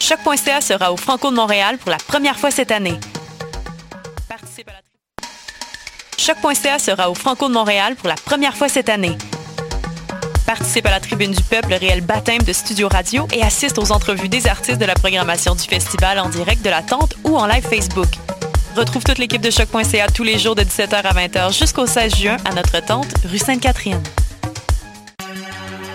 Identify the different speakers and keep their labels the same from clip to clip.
Speaker 1: Choc.ca sera au Franco de Montréal pour la première fois cette année. Participe à la tri- Choc.ca sera au Franco de Montréal pour la première fois cette année. Participe à la Tribune du Peuple, réel baptême de Studio Radio et assiste aux entrevues des artistes de la programmation du festival en direct de la tente ou en live Facebook. Retrouve toute l'équipe de Choc.ca tous les jours de 17h à 20h jusqu'au 16 juin à notre tente, rue Sainte-Catherine.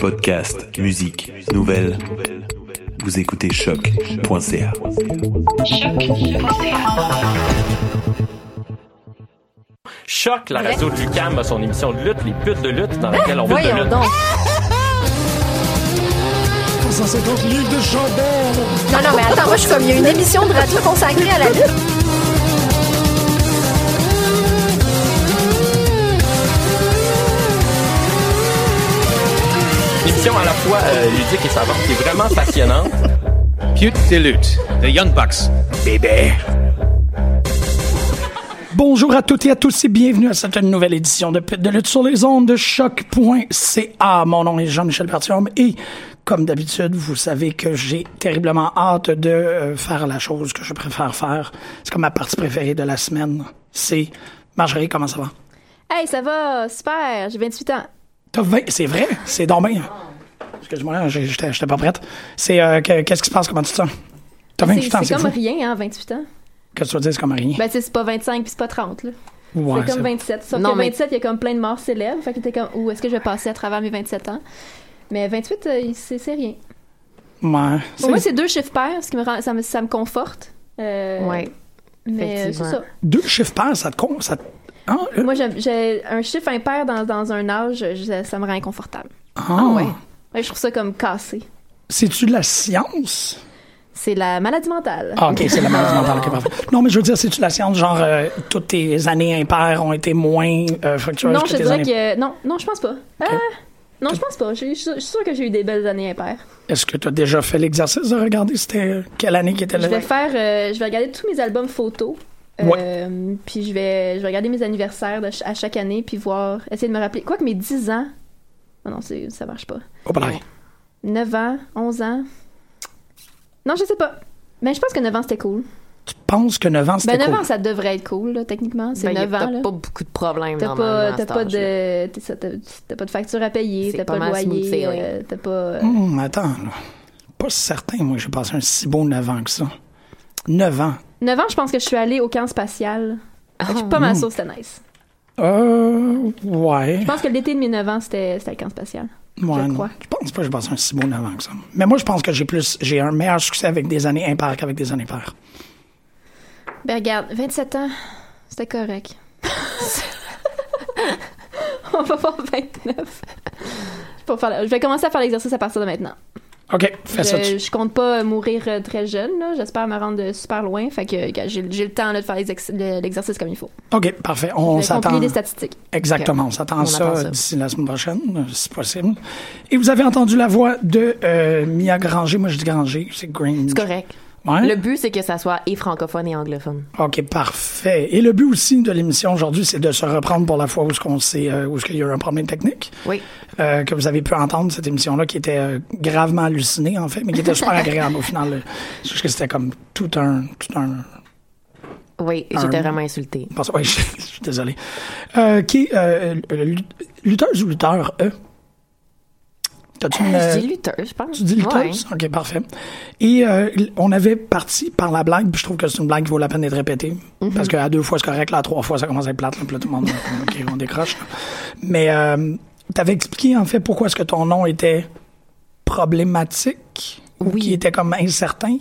Speaker 2: Podcast, musique, nouvelles. Vous écoutez choc.ca.
Speaker 3: Choc, la radio de Lucam a son émission de lutte, les putes de lutte, dans laquelle on
Speaker 4: Ben,
Speaker 3: va de lutte.
Speaker 5: Ah, de
Speaker 6: Non, non, mais attends, moi, je suis comme, il y a une émission de radio consacrée à la lutte.
Speaker 3: Une émission à la fois euh, ludique et savante, qui est vraiment passionnante.
Speaker 7: Pute de lutte, The Young Bucks. Bébé.
Speaker 5: Bonjour à toutes et à tous et bienvenue à cette nouvelle édition de Pute de lutte sur les ondes de choc.ca. Mon nom est Jean-Michel Bertium et comme d'habitude, vous savez que j'ai terriblement hâte de euh, faire la chose que je préfère faire. C'est comme ma partie préférée de la semaine. C'est Marjorie, comment ça va?
Speaker 6: Hey, ça va, super, j'ai 28 ans.
Speaker 5: T'as 20, c'est vrai, c'est dommage. Excuse-moi, j'ai- j'étais j'étais pas prête. C'est euh, que- qu'est-ce qui se passe, comment tu te sens? T'as
Speaker 6: C'est
Speaker 5: 28 ans,
Speaker 6: c'est
Speaker 5: c'est
Speaker 6: comme
Speaker 5: fou.
Speaker 6: rien, hein, 28 ans.
Speaker 5: Que tu vas dire, c'est comme rien.
Speaker 6: Ben, tu sais, c'est pas 25 puis c'est pas 30, là.
Speaker 5: Ouais,
Speaker 6: c'est
Speaker 5: c'est-
Speaker 6: comme 27. Sauf
Speaker 4: Non,
Speaker 6: que
Speaker 4: mais-
Speaker 6: 27, il y a comme plein de morts célèbres. Fait qu'il était comme, où est-ce que je vais passer à travers mes 27 ans? Mais 28, euh, il- c'est c'est rien.
Speaker 5: Ouais,
Speaker 6: Pour moi,
Speaker 5: c'est-
Speaker 6: c'est deux chiffres pairs, ce qui me rend, ça me, ça me conforte. Euh,
Speaker 4: Ouais.
Speaker 6: Mais euh, c'est
Speaker 4: effectivement.
Speaker 6: ça.
Speaker 5: Deux chiffres pairs, ça te con, ça te- Hein? Euh,
Speaker 6: Moi, j'aime- j'ai un chiffre impair dans, dans un âge, je- ça me rend inconfortable.
Speaker 5: ah.
Speaker 6: Ouais, je trouve ça comme cassé.
Speaker 5: C'est-tu de la science?
Speaker 6: C'est la maladie mentale.
Speaker 5: Ah, ok, c'est la maladie mentale. ok, parfait. Non, mais je veux dire, c'est-tu de la science, genre, euh, toutes tes années impaires ont été moins euh, fructueuses
Speaker 6: non,
Speaker 5: que
Speaker 6: je
Speaker 5: tes
Speaker 6: dirais
Speaker 5: années...
Speaker 6: que. Non, non, je pense pas. Ah, non, je pense pas. Je je suis sûre- je suis sûre que j'ai eu des belles années impaires.
Speaker 5: Est-ce que tu as déjà fait l'exercice de regarder c'était euh, quelle année qui était
Speaker 6: Je
Speaker 5: là?
Speaker 6: vais faire. euh, je vais regarder tous mes albums photos. Euh, Puis je vais, je vais regarder mes anniversaires de ch- à chaque année, puis voir, essayer de me rappeler. Quoi que mes 10 ans. Ah non, c'est- ça marche pas.
Speaker 5: Oh, ben là.
Speaker 6: 9 ans, 11 ans. Non, je sais pas. Mais je pense que 9 ans, c'était cool.
Speaker 5: Tu penses que 9 ans, c'était
Speaker 6: Ben, 9
Speaker 5: cool?
Speaker 6: ans, ça devrait être cool, là, techniement. C'est
Speaker 4: Ben, y a-
Speaker 6: 9 ans. là.
Speaker 4: T'as pas beaucoup de problèmes,
Speaker 6: T'as pas,
Speaker 4: normalement, à
Speaker 6: t'as
Speaker 4: cet
Speaker 6: pas
Speaker 4: âge-là.
Speaker 6: de, t'es ça, t'as- t'as pas de facture à payer,
Speaker 4: C'est
Speaker 6: t'as
Speaker 4: pas
Speaker 6: pas, de
Speaker 4: mal
Speaker 6: loyer,
Speaker 4: smoothé, oui.
Speaker 6: euh, t'as pas.
Speaker 5: Hum, attends, là. Pas certain, moi, que j'ai passé un si beau 9 ans que ça. 9 ans.
Speaker 6: 9 ans, je pense que je suis allée au camp spatial. Je suis pas
Speaker 4: Ah.
Speaker 6: mal sûre que c'était nice.
Speaker 5: Euh, ouais.
Speaker 6: Je pense que l'été de mes 9 ans, c'était, c'était le camp spatial.
Speaker 5: Ouais, non.
Speaker 6: crois.
Speaker 5: Je pense pas que j'ai passé un si beau 9 ans que ça. Mais moi, je pense que j'ai plus, j'ai un meilleur succès avec des années impaires qu'avec des années paires.
Speaker 6: Ben regarde, 27 ans, c'était correct. On va voir 29. Pour faire la- Je vais commencer à faire l'exercice à partir de maintenant.
Speaker 5: OK, fais ça.
Speaker 6: Je,
Speaker 5: tu-
Speaker 6: je compte pas mourir euh, très jeune, là. J'espère me rendre euh, super loin. Fait que euh, j'ai j'ai le temps là, de faire les ex- le- l'exercice comme il faut.
Speaker 5: OK, parfait. On
Speaker 6: J'ai compilé
Speaker 5: s'attend.
Speaker 6: des statistiques.
Speaker 5: Exactement, on s'attend à
Speaker 4: On
Speaker 5: ça,
Speaker 4: attend ça.
Speaker 5: d'ici la semaine prochaine, euh, si possible. Et vous avez entendu la voix de euh, Mia Granger. Moi, je dis Granger, c'est Green.
Speaker 4: C'est correct.
Speaker 6: Hein?
Speaker 5: Ouais?
Speaker 4: Le but, c'est que ça soit et francophone et anglophone.
Speaker 5: OK, parfait. Et le but aussi de l'émission aujourd'hui, c'est de se reprendre pour la fois où ce qu'on sait, euh, où ce qu'il y a eu un problème technique.
Speaker 4: Oui.
Speaker 5: euh, que vous avez pu entendre cette émission-là, qui était euh, gravement hallucinée, en fait, mais qui était super agréable au final. là. C'est juste que c'était comme tout un, tout un,
Speaker 4: Oui,
Speaker 5: Un-
Speaker 4: j'étais vraiment insultée.
Speaker 5: Bon, ça- ouais, je, je suis désolé. Euh, qui est euh, euh, lut- lutteuse ou lutteur, eux? T'as-tu une,
Speaker 4: Je
Speaker 5: euh,
Speaker 4: dis lutteuse, je pense.
Speaker 5: tu dis lutteuse?
Speaker 4: Ouais.
Speaker 5: OK, parfait. Et euh, l- on avait parti par la blague, puis je trouve que c'est une blague qui vaut la peine d'être répétée.
Speaker 4: Mm-hmm.
Speaker 5: Parce qu'à deux fois, c'est correct. Là, à trois fois, ça commence à être plate. Là, puis là, tout le monde, OK, on décroche. là. Mais euh, t'avais expliqué, en fait, pourquoi est-ce que ton nom était problématique ou
Speaker 4: Oui.
Speaker 5: qui était comme incertain.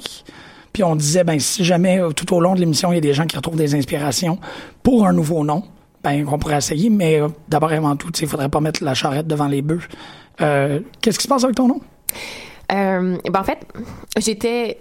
Speaker 5: Puis on disait, ben si jamais euh, tout au long de l'émission, il y a des gens qui retrouvent des inspirations pour un nouveau nom, ben on pourrait essayer, mais euh, d'abord et avant tout, il faudrait pas mettre la charrette devant les bœufs. Euh, Qu'est-ce qui se passe avec ton nom?
Speaker 4: Euh, ben en fait, j'étais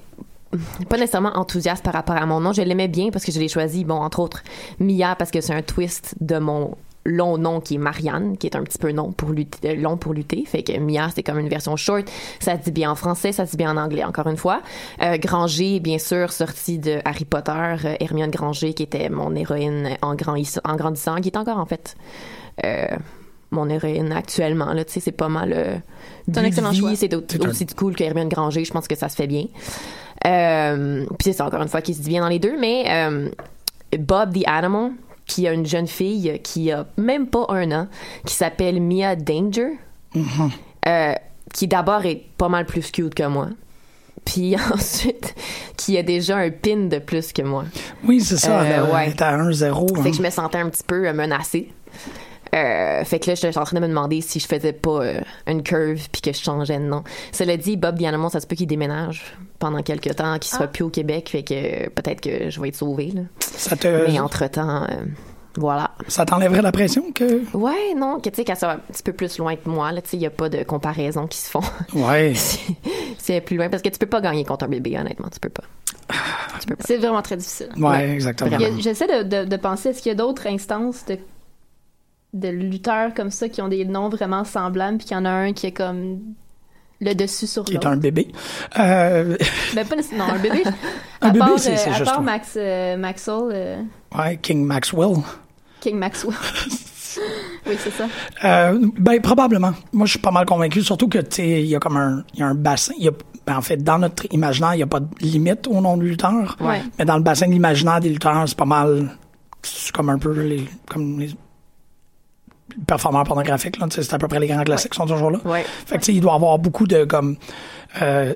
Speaker 4: pas nécessairement enthousiaste par rapport à mon nom. Je l'aimais bien parce que je l'ai choisi, bon, entre autres, Mia, parce que c'est un twist de mon long nom qui est Marianne, qui est un petit peu long pour lutter, long pour lutter. Fait que Mia, c'est comme une version short. Ça se dit bien en français, ça se dit bien en anglais, encore une fois. Euh, Granger, bien sûr, sorti de Harry Potter. euh, Hermione Granger, qui était mon héroïne en, grandissant- en grandissant, qui est encore, en fait, euh, mon héroïne actuellement. Là, tu sais, c'est pas mal... euh,
Speaker 6: C'est un excellent
Speaker 4: Bully,
Speaker 6: choix.
Speaker 4: C'est au-
Speaker 5: C'est un-
Speaker 4: aussi cool que Hermione Granger. Je pense que ça se fait bien. Euh, Puis c'est ça, encore une fois, qui se dit bien dans les deux. Mais euh, Bob the Animal, qui a une jeune fille qui a même pas un an, qui s'appelle Mia Danger,
Speaker 5: Mm-hmm.
Speaker 4: euh, qui d'abord est pas mal plus cute que moi. Puis ensuite, qui a déjà un pin de plus que moi.
Speaker 5: Oui, c'est ça.
Speaker 4: Euh,
Speaker 5: là,
Speaker 4: ouais.
Speaker 5: elle est à 1-0.
Speaker 4: Fait
Speaker 5: hein.
Speaker 4: que je me sentais un petit peu euh, menacée. Euh, fait que là, j'étais en train de me demander si je faisais pas euh, une curve puis que je changeais de nom. Cela dit, Bob Dianamon, ça se peut qu'il déménage pendant quelques temps, qu'il soit plus au Québec, fait que euh, peut-être que je vais être sauvée. Là.
Speaker 5: Ça te-
Speaker 4: Mais entre-temps, euh, voilà.
Speaker 5: ça t'enlèverait la pression que.
Speaker 4: Ouais, non, que tu sais, qu'elle soit un petit peu plus loin que moi, là, tu sais, il n'y a pas de comparaison qui se font.
Speaker 5: Ouais.
Speaker 4: si si elle est plus loin, parce que tu peux pas gagner contre un bébé, honnêtement, tu peux pas. Tu peux pas.
Speaker 6: C'est vraiment très difficile.
Speaker 5: Ouais, exactement.
Speaker 6: Il y a- J'essaie de, de- de penser, est-ce qu'il y a d'autres instances de, de lutteurs comme ça qui ont des noms vraiment semblables, puis qu'il y en a un qui est comme le dessus sur
Speaker 5: Qui est
Speaker 6: l'autre?
Speaker 5: un bébé. Euh,
Speaker 6: Ben, pas nécessairement non, un bébé.
Speaker 5: Un
Speaker 6: à
Speaker 5: bébé,
Speaker 6: part,
Speaker 5: c'est-
Speaker 6: euh,
Speaker 5: c'est
Speaker 6: à
Speaker 5: juste
Speaker 6: part
Speaker 5: un-
Speaker 6: Max, euh, Maxwell, euh,
Speaker 5: ouais, King Maxwell.
Speaker 6: King Maxwell. oui, c'est ça.
Speaker 5: Euh, ben probablement. Moi, je suis pas mal convaincu, surtout que tu sais, il y a comme un, il y a un bassin. il y a- ben, en fait, dans notre imaginaire, il y a pas de limite au nom de lutteur.
Speaker 6: Ouais.
Speaker 5: Mais dans le bassin de l'imaginaire des lutteurs, c'est pas mal. C'est comme un peu les, comme les performeurs pornographiques. Là, tu sais, c'est à peu près les grands classiques qui sont toujours là.
Speaker 4: Ouais.
Speaker 5: Fait que tu sais, il doit avoir beaucoup de comme. euh,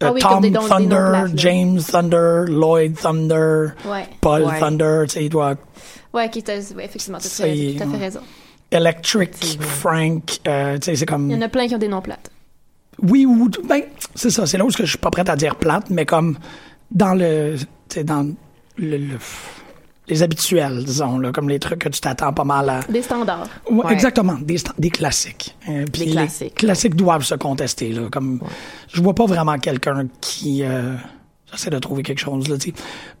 Speaker 6: Ah
Speaker 5: euh,
Speaker 6: oui,
Speaker 5: Tom
Speaker 6: comme des noms- des noms
Speaker 5: Thunder,
Speaker 6: plates, là.
Speaker 5: James Thunder, Lloyd Thunder,
Speaker 6: Ouais.
Speaker 5: Paul
Speaker 4: Ouais.
Speaker 5: Thunder, tu sais, il doit
Speaker 6: Ouais, qui est- ouais, effectivement, t'as
Speaker 5: Ça
Speaker 6: très-
Speaker 5: y est,
Speaker 6: tout à fait
Speaker 5: ouais.
Speaker 6: raison.
Speaker 5: Electric, Frank, euh, tu sais, c'est comme.
Speaker 6: Il y en a plein qui ont des noms plates.
Speaker 5: Oui, ou ben, c'est ça, c'est là où ce que je suis pas prête à dire plate, mais comme dans le tu sais, dans le, le- les habituels, disons, là, comme les trucs que tu t'attends pas mal à.
Speaker 6: Des standards.
Speaker 5: Ouais,
Speaker 4: Ouais.
Speaker 5: Exactement, des, sta- des classiques. Euh, puis
Speaker 4: Des
Speaker 5: les
Speaker 4: classiques,
Speaker 5: classiques doivent se contester. Là, comme Je vois pas vraiment quelqu'un qui. euh, J'essaie de trouver quelque chose. Là, tu sais.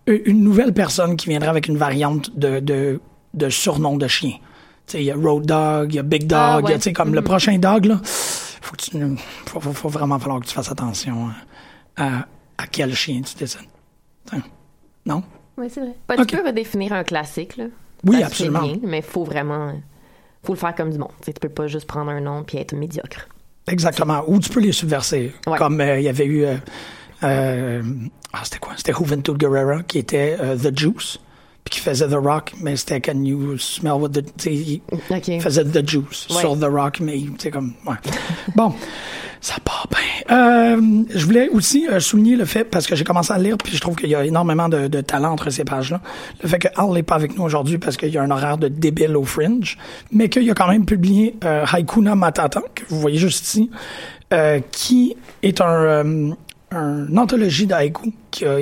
Speaker 5: U- une nouvelle personne qui viendra avec une variante de, de, de surnom de chien. Tu sais, Il y a Road Dog, il y a Big Dog,
Speaker 6: Ah,
Speaker 5: il y a,
Speaker 6: ouais.
Speaker 5: tu sais, comme le prochain dog. là faut, que tu, faut, faut- faut vraiment falloir que tu fasses attention à, à- à quel chien tu dessines. Tiens. Non?
Speaker 6: Oui, c'est vrai.
Speaker 4: Pas- Bah, Tu
Speaker 5: Ok.
Speaker 4: peux redéfinir un classique, là. Ça
Speaker 5: Oui,
Speaker 4: se fait
Speaker 5: absolument.
Speaker 4: bien, mais faut vraiment. Faut le faire comme du monde. Tu sais, tu peux pas juste prendre un nom puis être médiocre.
Speaker 5: Exactement. Ou tu peux les subverser.
Speaker 4: Ouais.
Speaker 5: Comme euh, il y avait eu. euh, euh, ah, c'était quoi? C'était Juventud Guerrera qui était euh, The Juice, puis qui faisait The Rock, mais c'était Can You Smell What the. tu sais, il
Speaker 4: OK.
Speaker 5: faisait The Juice
Speaker 4: Ouais.
Speaker 5: sur The Rock, mais il- tu sais, comme. ouais. bon, ça part bien. Euh, je voulais aussi euh, souligner le fait, parce que j'ai commencé à lire, puis je trouve qu'il y a énormément de, de talent entre ces pages-là, le fait que Al n'est pas avec nous aujourd'hui parce qu'il y a un horaire de débile au Fringe, mais qu'il a quand même publié euh, Haikuna Matata, que vous voyez juste ici, euh, qui est un, euh, un anthologie d'haïku qu'il a,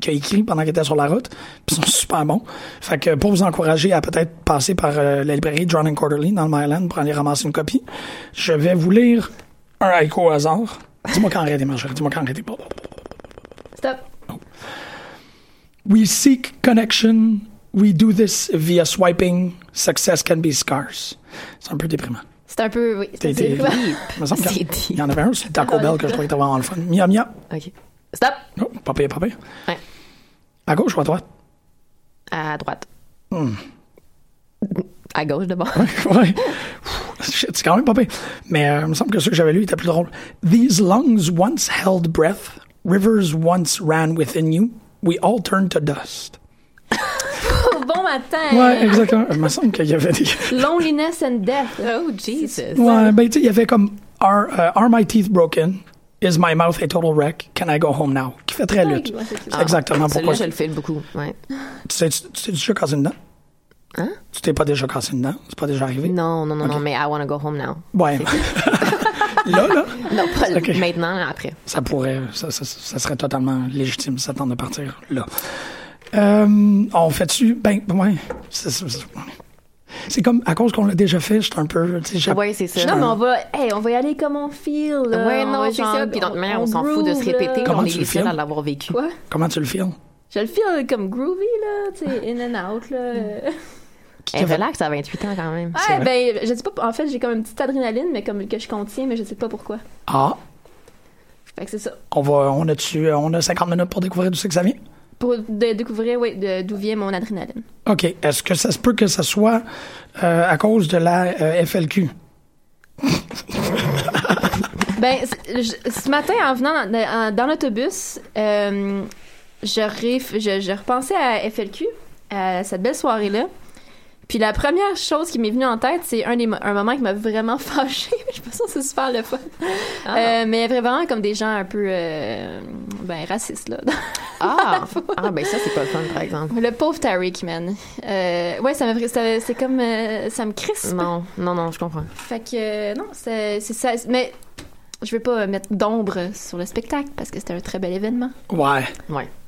Speaker 5: qu'il a écrit pendant qu'il était sur la route. Puis ils sont super bons. Fait que pour vous encourager à peut-être passer par euh, la librairie John and Quarterly dans le Maryland pour aller ramasser une copie, je vais vous lire un haïku au hasard Dis-moi quand arrêter, Marjorie. Dis-moi quand arrêter.
Speaker 6: Stop.
Speaker 5: We seek connection. We do this via swiping. Success can be scarce. C'est un peu déprimant.
Speaker 6: C'est un peu. Oui,
Speaker 5: T'es-
Speaker 6: c'est
Speaker 5: t'es- Il me semble qu'il y en-
Speaker 4: C'est
Speaker 5: il y en avait un sur le Taco Bell que je trouvais que t'avais vraiment le fun. Miam, miam.
Speaker 4: OK. Stop.
Speaker 5: Oh, pas pire, pas pire.
Speaker 4: Ouais.
Speaker 5: À gauche ou à droite?
Speaker 4: À droite. À gauche d'abord.
Speaker 5: ouais. Pff, shit, C'est quand même pas pire. Mais euh, il me semble que ceux que j'avais lu étaient plus drôles. These lungs once held breath. Rivers once ran within you. We all turn to dust.
Speaker 6: Bon matin.
Speaker 5: Ouais, exactement. Il me semble qu'il y avait des.
Speaker 6: Loneliness and death.
Speaker 4: Oh, Jesus.
Speaker 5: Ouais, ben, tu sais, il y avait comme Are, euh, Are my teeth broken? Is my mouth a total wreck? Can I go home now? Qui fait très
Speaker 6: Ouais,
Speaker 5: lutte.
Speaker 6: ouais, c'est cute.
Speaker 5: C'est exactement
Speaker 4: Celui-là,
Speaker 5: pourquoi.
Speaker 4: je
Speaker 5: Tu
Speaker 4: le file beaucoup. Ouais.
Speaker 5: t'es tu t'es déjà cassé une dent?
Speaker 4: Hein?
Speaker 5: Tu t'es pas déjà cassé une dent? C'est pas déjà arrivé?
Speaker 4: Non, non, non, non, mais I want to go home now.
Speaker 5: Ouais. là, là,
Speaker 4: Non, pas
Speaker 5: Ok.
Speaker 4: maintenant, mais après.
Speaker 5: ça pourrait, ça, ça- ça serait totalement légitime de s'attendre à partir là. Euh, on fait dessus? Ben, ouais. C'est- C'est c'est- c'est comme, à cause qu'on l'a déjà fait, j'étais un peu. tu sais, j'ai-
Speaker 4: Ouais, c'est ça.
Speaker 6: Non, mais on va, hey, on va y aller comme on feel. Là.
Speaker 4: Ouais,
Speaker 6: On
Speaker 4: non,
Speaker 6: va
Speaker 4: c'est
Speaker 6: genre-
Speaker 4: ça. Puis notre mère, on, s'en fout de se
Speaker 6: groove, là.
Speaker 4: répéter.
Speaker 5: Comment
Speaker 4: on est
Speaker 5: tu
Speaker 4: les
Speaker 5: le
Speaker 4: seuls
Speaker 5: filmes?
Speaker 4: à l'avoir vécu.
Speaker 6: Quoi?
Speaker 5: Comment tu le filmes?
Speaker 6: Je le feel comme groovy, là, tu sais, in and out, là.
Speaker 4: Elle relaxe à 28 ans quand même.
Speaker 6: Ouais, ben, je sais pas, en fait, j'ai comme une petite adrénaline, mais comme que je contiens, mais je sais pas pourquoi.
Speaker 5: Ah,
Speaker 6: Fait que c'est ça.
Speaker 5: on va, on a dessus, on a 50 minutes pour découvrir d'où c'est que ça vient?
Speaker 6: Pour de- découvrir, oui, de- d'où vient mon adrénaline.
Speaker 5: OK. Est-ce que ça se peut que ça soit euh, à cause de la euh, FLQ?
Speaker 6: Ben, c- je- ce matin, en venant dans, dans- dans l'autobus, euh, je, réf- je, je repensais à FLQ, à cette belle soirée-là. Puis la première chose qui m'est venue en tête, c'est un, des mo- un moment qui m'a vraiment fâchée. je sais pas si c'est super le fun.
Speaker 4: Ah.
Speaker 6: Euh, mais vraiment comme des gens un peu euh, ben, racistes, là.
Speaker 4: Ah! ah, ben ça, c'est pas le fun, par exemple.
Speaker 6: Le pauvre Tariq, man. Euh, ouais, ça me, ça- c'est comme, euh, ça me crispe.
Speaker 4: Non, non, non, je comprends.
Speaker 6: Fait que, euh, non, c'est c'est ça. Mais je veux pas mettre d'ombre sur le spectacle parce que c'était un très bel événement.
Speaker 5: Ouais.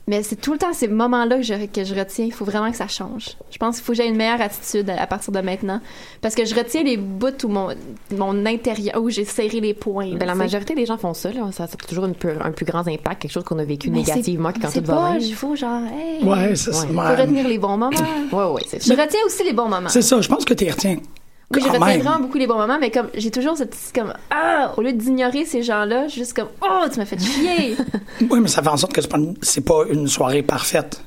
Speaker 6: Mais c'est tout le temps ces moments-là que je, que je retiens. Il faut vraiment que ça change. Je pense qu'il faut que j'aie une meilleure attitude à, à partir de maintenant. Parce que je retiens les bouts où mon, mon intérieur, où j'ai serré les poings. là,
Speaker 4: Ben, la
Speaker 6: tu sais.
Speaker 4: majorité des gens font ça, là. Ça, ça a toujours une plus- un plus grand impact, quelque chose qu'on a vécu
Speaker 6: Mais Ben, c'est-
Speaker 4: négativement que
Speaker 6: mais
Speaker 4: quand
Speaker 6: c'est
Speaker 4: tout va
Speaker 6: pas,
Speaker 4: bien.
Speaker 6: Il faut genre, hey,
Speaker 5: Ouais, c'est ça.
Speaker 4: Ouais.
Speaker 6: faut retenir les bons moments.
Speaker 4: Ouais, ouais, c'est
Speaker 6: Je
Speaker 4: sûr.
Speaker 6: retiens aussi les bons moments.
Speaker 5: C'est ça. Je pense que tu retiens.
Speaker 6: Oui, je
Speaker 5: quand
Speaker 6: retiens
Speaker 5: même.
Speaker 6: vraiment beaucoup les bons moments, mais comme j'ai toujours cette petite comme ah, au lieu d'ignorer ces gens-là, je suis juste comme oh, tu m'as fait chier.
Speaker 5: Oui, mais ça fait en sorte que c'est pas une, c'est pas une soirée parfaite.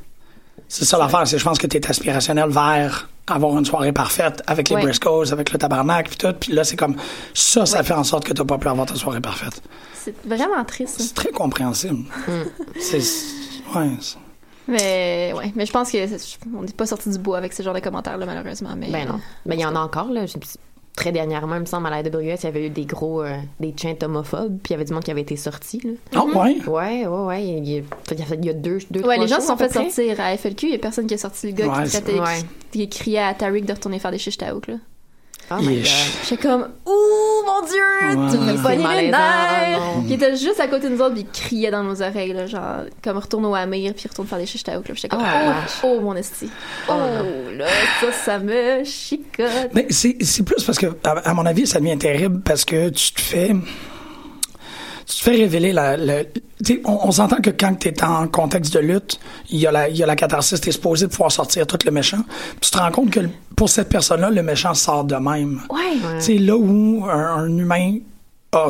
Speaker 5: C'est ça l'affaire. C'est je pense que tu es aspirationnel vers avoir une soirée parfaite avec les
Speaker 6: Ouais.
Speaker 5: briscoes, avec le tabarnak, puis tout. Puis là, c'est comme ça, ça fait en sorte que tu pas pu avoir ta soirée parfaite.
Speaker 6: c'est vraiment triste. hein.
Speaker 5: C'est très compréhensible.
Speaker 6: Mm.
Speaker 5: c'est. Ouais. c'est-
Speaker 6: Mais ouais, mais je pense que c'est- on n'est pas sorti du bois avec ce genre de commentaires là malheureusement, mais
Speaker 4: Ben non. Ben, il y en a encore, là. Je- Très dernièrement, il me semble, à la AWS, il y avait eu des gros... euh, des chants homophobes, puis il y avait du monde qui avait été sorti, là.
Speaker 5: Non, Ah, ouais.
Speaker 4: Ouais, ouais, ouais. Il y a, il y a- il y a deux, deux trois
Speaker 6: Ouais, les gens se
Speaker 4: jours,
Speaker 6: sont
Speaker 4: à peu
Speaker 6: fait
Speaker 4: près.
Speaker 6: sortir à FLQ, il y a personne qui a sorti le gars
Speaker 5: Ouais,
Speaker 6: qui,
Speaker 5: c'est-
Speaker 6: traitait-
Speaker 4: Ouais.
Speaker 6: qui criait à Tariq de retourner faire des chichtaouk là.
Speaker 4: Oh my God.
Speaker 5: Yesh.
Speaker 6: J'étais comme ouh mon dieu, tu
Speaker 5: Ouais.
Speaker 6: me pognes les
Speaker 4: malaisant,
Speaker 6: nerfs.
Speaker 4: non.
Speaker 6: Il était juste à côté de nous autres, puis il criait dans nos oreilles là, genre comme retourne au Amir puis retourne faire des chichtaouk là. J'étais comme
Speaker 4: Oh, la
Speaker 6: oh,
Speaker 4: vache.
Speaker 6: oh, mon esti. Oh là, ça ça me chicote.
Speaker 5: Mais c'est c'est plus parce que, à, à mon avis, ça devient terrible parce que tu te fais. Tu te fais révéler la. la- tu sais, on on s'entend que quand tu es en contexte de lutte, il y a la, il y a la catharsis, tu es supposé pouvoir sortir tout le méchant. Puis tu te rends compte que le- pour cette personne-là, le méchant sort de même.
Speaker 6: Ouais.
Speaker 5: Tu sais, là où un, un humain a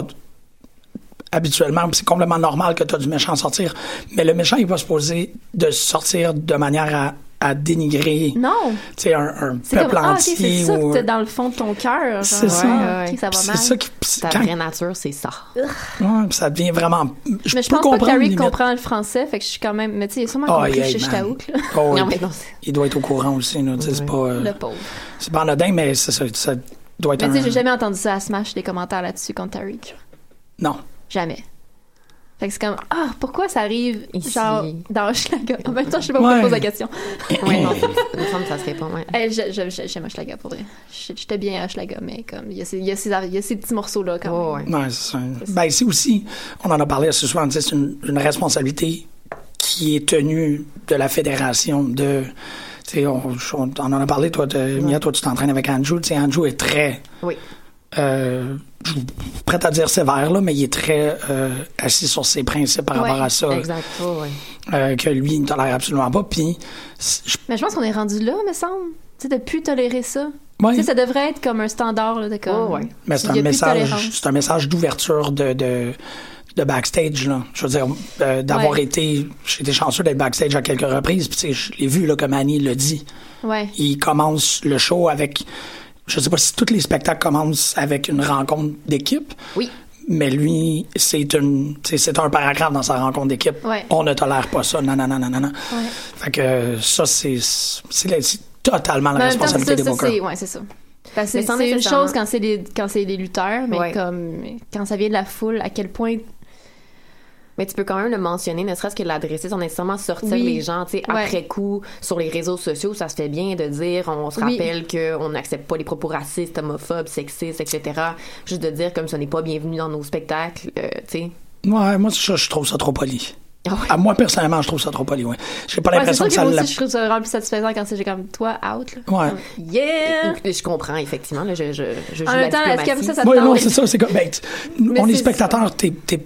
Speaker 5: habituellement, puis c'est complètement normal que tu as du méchant à sortir, mais le méchant, il va se poser de sortir de manière à, à dénigrer
Speaker 6: Non.
Speaker 5: tu sais, un, un
Speaker 6: C'est comme
Speaker 5: peuple
Speaker 6: ah, ok,
Speaker 5: entier.
Speaker 6: c'est ça
Speaker 5: ou- euh,
Speaker 6: que t'as dans le fond de ton cœur. genre,
Speaker 5: C'est ça.
Speaker 6: ah, ok,
Speaker 4: Ouais, ouais.
Speaker 6: ça va
Speaker 5: Puis
Speaker 6: mal.
Speaker 5: C'est ça qui. puis c'est
Speaker 4: Ta
Speaker 5: quand-
Speaker 4: vraie nature, c'est ça.
Speaker 5: ouais, puis ça devient vraiment. Je,
Speaker 6: Mais je
Speaker 5: peux
Speaker 6: pense pas que
Speaker 5: comprendre.
Speaker 6: Harry
Speaker 5: limite.
Speaker 6: comprend le français, fait que je suis quand même. Mais tu sais, il a sûrement
Speaker 5: Oh,
Speaker 6: compris
Speaker 5: yeah,
Speaker 6: le
Speaker 5: man.
Speaker 6: Chichtaouk, là.
Speaker 5: Oh,
Speaker 4: Non,
Speaker 5: il-
Speaker 4: mais non, c'est-
Speaker 5: Il doit être au courant aussi. là, tu sais, C'est pas, euh,
Speaker 6: Le pauvre.
Speaker 5: c'est pas anodin, mais c'est ça, ça doit être
Speaker 6: Mais
Speaker 5: un.
Speaker 6: Ben, tu sais, j'ai jamais entendu ça à Smash, des commentaires là-dessus contre Harry. tu vois.
Speaker 5: Non.
Speaker 6: Jamais. Fait que c'est comme, ah, pourquoi ça arrive
Speaker 4: Ici.
Speaker 6: genre dans Hochelaga? En même temps, je sais pas pourquoi
Speaker 5: Ouais.
Speaker 6: je pose la question.
Speaker 4: Ouais, non, c'est- il me semble que ça se répond, ouais.
Speaker 6: Eh, je- je- je- J'aime Hochelaga pour vrai. Je- J'étais bien à Hochelaga, mais comme, il y, a ces- il y a ces il y a ces petits morceaux-là quand
Speaker 4: Ouais,
Speaker 6: même.
Speaker 4: ouais.
Speaker 5: Ouais, c'est ça. Ben, c'est aussi, on en a parlé ce soir, tu sais, c'est une, une responsabilité qui est tenue de la fédération de. tu sais, On, on en a parlé, toi, de, Mia, toi, tu t'entraînes avec Andrew. tu sais, Andrew est très
Speaker 4: Oui.
Speaker 5: euh, je suis prête à dire sévère, là, mais il est très euh, assis sur ses principes par
Speaker 4: Ouais,
Speaker 5: rapport à ça,
Speaker 4: Exact. Oh, ouais.
Speaker 5: euh, que lui, il ne tolère absolument pas. Puis, c- je-
Speaker 6: Mais je pense qu'on est rendu là, me semble. Tu sais, de plus tolérer ça.
Speaker 5: ouais,
Speaker 6: Tu sais, ça devrait être comme un standard, là, de comme...
Speaker 4: Oh, ouais.
Speaker 5: mais c'est
Speaker 6: il
Speaker 5: un,
Speaker 6: y a plus de
Speaker 5: message,
Speaker 6: tolérance.
Speaker 5: c'est un message d'ouverture de, de, de backstage. Là. Je veux dire, euh, d'avoir
Speaker 6: Ouais.
Speaker 5: été. J'ai été chanceux d'être backstage à quelques reprises. Puis, tu sais, je l'ai vu, là, comme Annie le dit.
Speaker 6: Ouais.
Speaker 5: Il commence le show avec. Je sais pas si tous les spectacles commencent avec une rencontre d'équipe.
Speaker 4: Oui.
Speaker 5: Mais lui, c'est une, c'est- c'est un paragraphe dans sa rencontre d'équipe.
Speaker 6: Ouais.
Speaker 5: On ne tolère pas ça. Non, non, non, non, non, non.
Speaker 6: Ouais.
Speaker 5: Fait que ça, c'est, c'est la- c'est totalement la
Speaker 6: Mais en même temps, c'est
Speaker 5: responsabilité
Speaker 6: ça,
Speaker 5: des
Speaker 6: ça, c'est
Speaker 5: bookers.
Speaker 6: ouais, c'est ça. Parce que
Speaker 4: Mais sans
Speaker 6: c'est une
Speaker 4: nécessairement-
Speaker 6: chose quand c'est les quand c'est les lutteurs, mais
Speaker 4: Ouais.
Speaker 6: comme quand ça vient de la foule, à quel point
Speaker 4: Mais tu peux quand même le mentionner, ne serait-ce que l'adresser, sans nécessairement sortir
Speaker 6: Oui.
Speaker 4: les gens. Tu sais,
Speaker 6: Ouais.
Speaker 4: après coup, sur les réseaux sociaux, ça se fait bien de dire, on se
Speaker 6: Oui.
Speaker 4: rappelle qu'on n'accepte pas les propos racistes, homophobes, sexistes, etc. Juste de dire comme ce n'est pas bienvenu dans nos spectacles, euh, tu sais.
Speaker 5: Ouais, moi, je, je trouve ça trop poli.
Speaker 4: Ah ouais.
Speaker 5: À moi, personnellement, je trouve ça trop poli, ouais. J'ai pas
Speaker 6: Ouais, c'est
Speaker 5: l'impression
Speaker 6: sûr
Speaker 5: que
Speaker 6: que
Speaker 5: ça
Speaker 6: moi
Speaker 5: l'a...
Speaker 6: aussi je trouve ça vraiment plus satisfaisant quand c'est comme toi out. Là.
Speaker 5: Ouais.
Speaker 6: Yeah.
Speaker 4: Je comprends, effectivement. Là, je, je, je joue
Speaker 6: En
Speaker 4: la
Speaker 6: même temps, est-ce
Speaker 4: diplomatie.
Speaker 6: qu'après ça, ça te
Speaker 5: Ouais, non,
Speaker 6: tente?
Speaker 5: c'est ça, c'est comme, ben, t-
Speaker 6: Mais
Speaker 5: on est,
Speaker 6: c'est-
Speaker 5: spectateur, t'es, t'es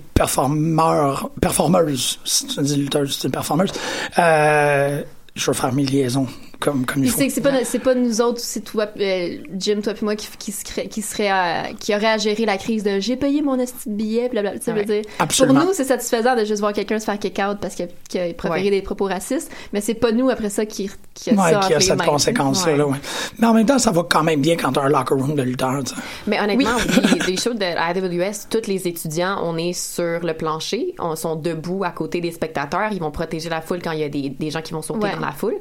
Speaker 5: performeur, performeuse, si tu dis lutteuse, c'est une performeuse. Euh, je veux faire mes liaisons comme, comme il
Speaker 6: Puis
Speaker 5: faut.
Speaker 6: c'est que c'est pas c'est pas nous autres, c'est toi euh, Jim toi puis moi qui qui serait qui serait à- qui aurait à gérer la crise de j'ai payé mon esti de billet blablabla, tu sais, je veux
Speaker 4: Ouais.
Speaker 6: dire.
Speaker 5: Absolument.
Speaker 6: Pour nous, c'est satisfaisant de juste voir quelqu'un se faire kick out parce qu'il a- qu'il a préféré
Speaker 4: Ouais.
Speaker 6: des propos racistes, mais c'est pas nous après ça qui qui a
Speaker 5: Ouais,
Speaker 6: ça
Speaker 5: qui a
Speaker 6: entre les
Speaker 5: cette
Speaker 6: mains.
Speaker 5: conséquence-là. là, ouais. Mais en même temps, ça va quand même bien quand t'as un locker room de lutteur. tu sais.
Speaker 4: Mais honnêtement, oui, les, les shows de la AWS, tous les étudiants, on est sur le plancher, on sont debout à côté des spectateurs, ils vont protéger la foule quand il y a des, des gens qui vont sauter
Speaker 6: Ouais.
Speaker 4: dans la foule.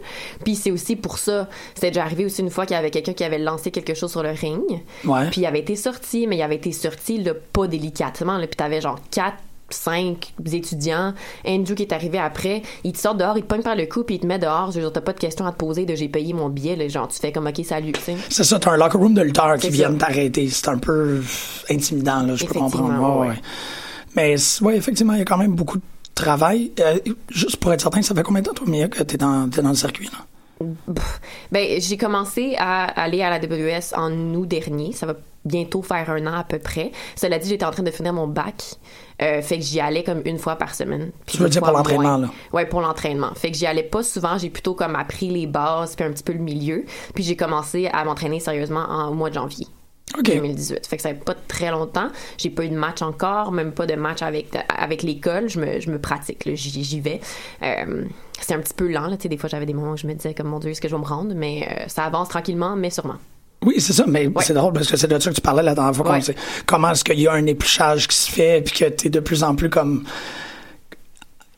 Speaker 4: Puis c'est aussi pour ça, c'était déjà arrivé aussi une fois qu'il y avait quelqu'un qui avait lancé quelque chose sur le ring,
Speaker 5: Ouais.
Speaker 4: puis il avait été sorti, mais il avait été sorti là, pas délicatement, là, puis t'avais genre quatre cinq étudiants, Andrew qui est arrivé après, il te sort dehors, il te pogne par le cou puis il te met dehors, je veux dire, t'as pas de questions à te poser de j'ai payé mon billet, là, genre tu fais comme ok salut, tu sais.
Speaker 5: C'est ça, t'as un locker room de lutteurs qui
Speaker 4: C'est
Speaker 5: viennent
Speaker 4: ça.
Speaker 5: t'arrêter. C'est un peu intimidant, là, je peux
Speaker 4: Effectivement,
Speaker 5: comprendre.
Speaker 4: ouais.
Speaker 5: Ouais, ouais. Mais c- ouais, effectivement, il y a quand même beaucoup de travail. Euh, juste pour être certain, ça fait combien de temps, toi, Mia, que t'es dans, t'es dans le circuit? Là?
Speaker 4: Ben, j'ai commencé à aller à la WS en août dernier. Ça va bientôt faire un an à peu près. Cela dit, j'étais en train de finir mon bac. Euh, fait que j'y allais comme une fois par semaine. Puis
Speaker 5: Tu veux
Speaker 4: une
Speaker 5: dire
Speaker 4: fois
Speaker 5: pour
Speaker 4: moins.
Speaker 5: l'entraînement, là?
Speaker 4: Ouais, pour l'entraînement. Fait que j'y allais pas souvent. J'ai plutôt comme appris les bases, puis un petit peu le milieu. Puis j'ai commencé à m'entraîner sérieusement en, au mois de janvier.
Speaker 5: OK.
Speaker 4: 2018. Fait que ça fait pas très longtemps. J'ai pas eu de match encore, même pas de match avec, avec l'école. Je me, je me pratique, là. j'y j'y vais. Euh, c'est un petit peu lent, là. Tu sais, des fois, j'avais des moments où je me disais, comme mon Dieu, est-ce que je vais me rendre? Mais euh, ça avance tranquillement, mais sûrement.
Speaker 5: Oui, c'est ça, mais
Speaker 4: Ouais.
Speaker 5: c'est drôle parce que c'est de ça que tu parlais la dernière fois. qu'on
Speaker 4: Ouais.
Speaker 5: sait. Comment est-ce qu'il y a un épluchage qui se fait puis que t'es de plus en plus comme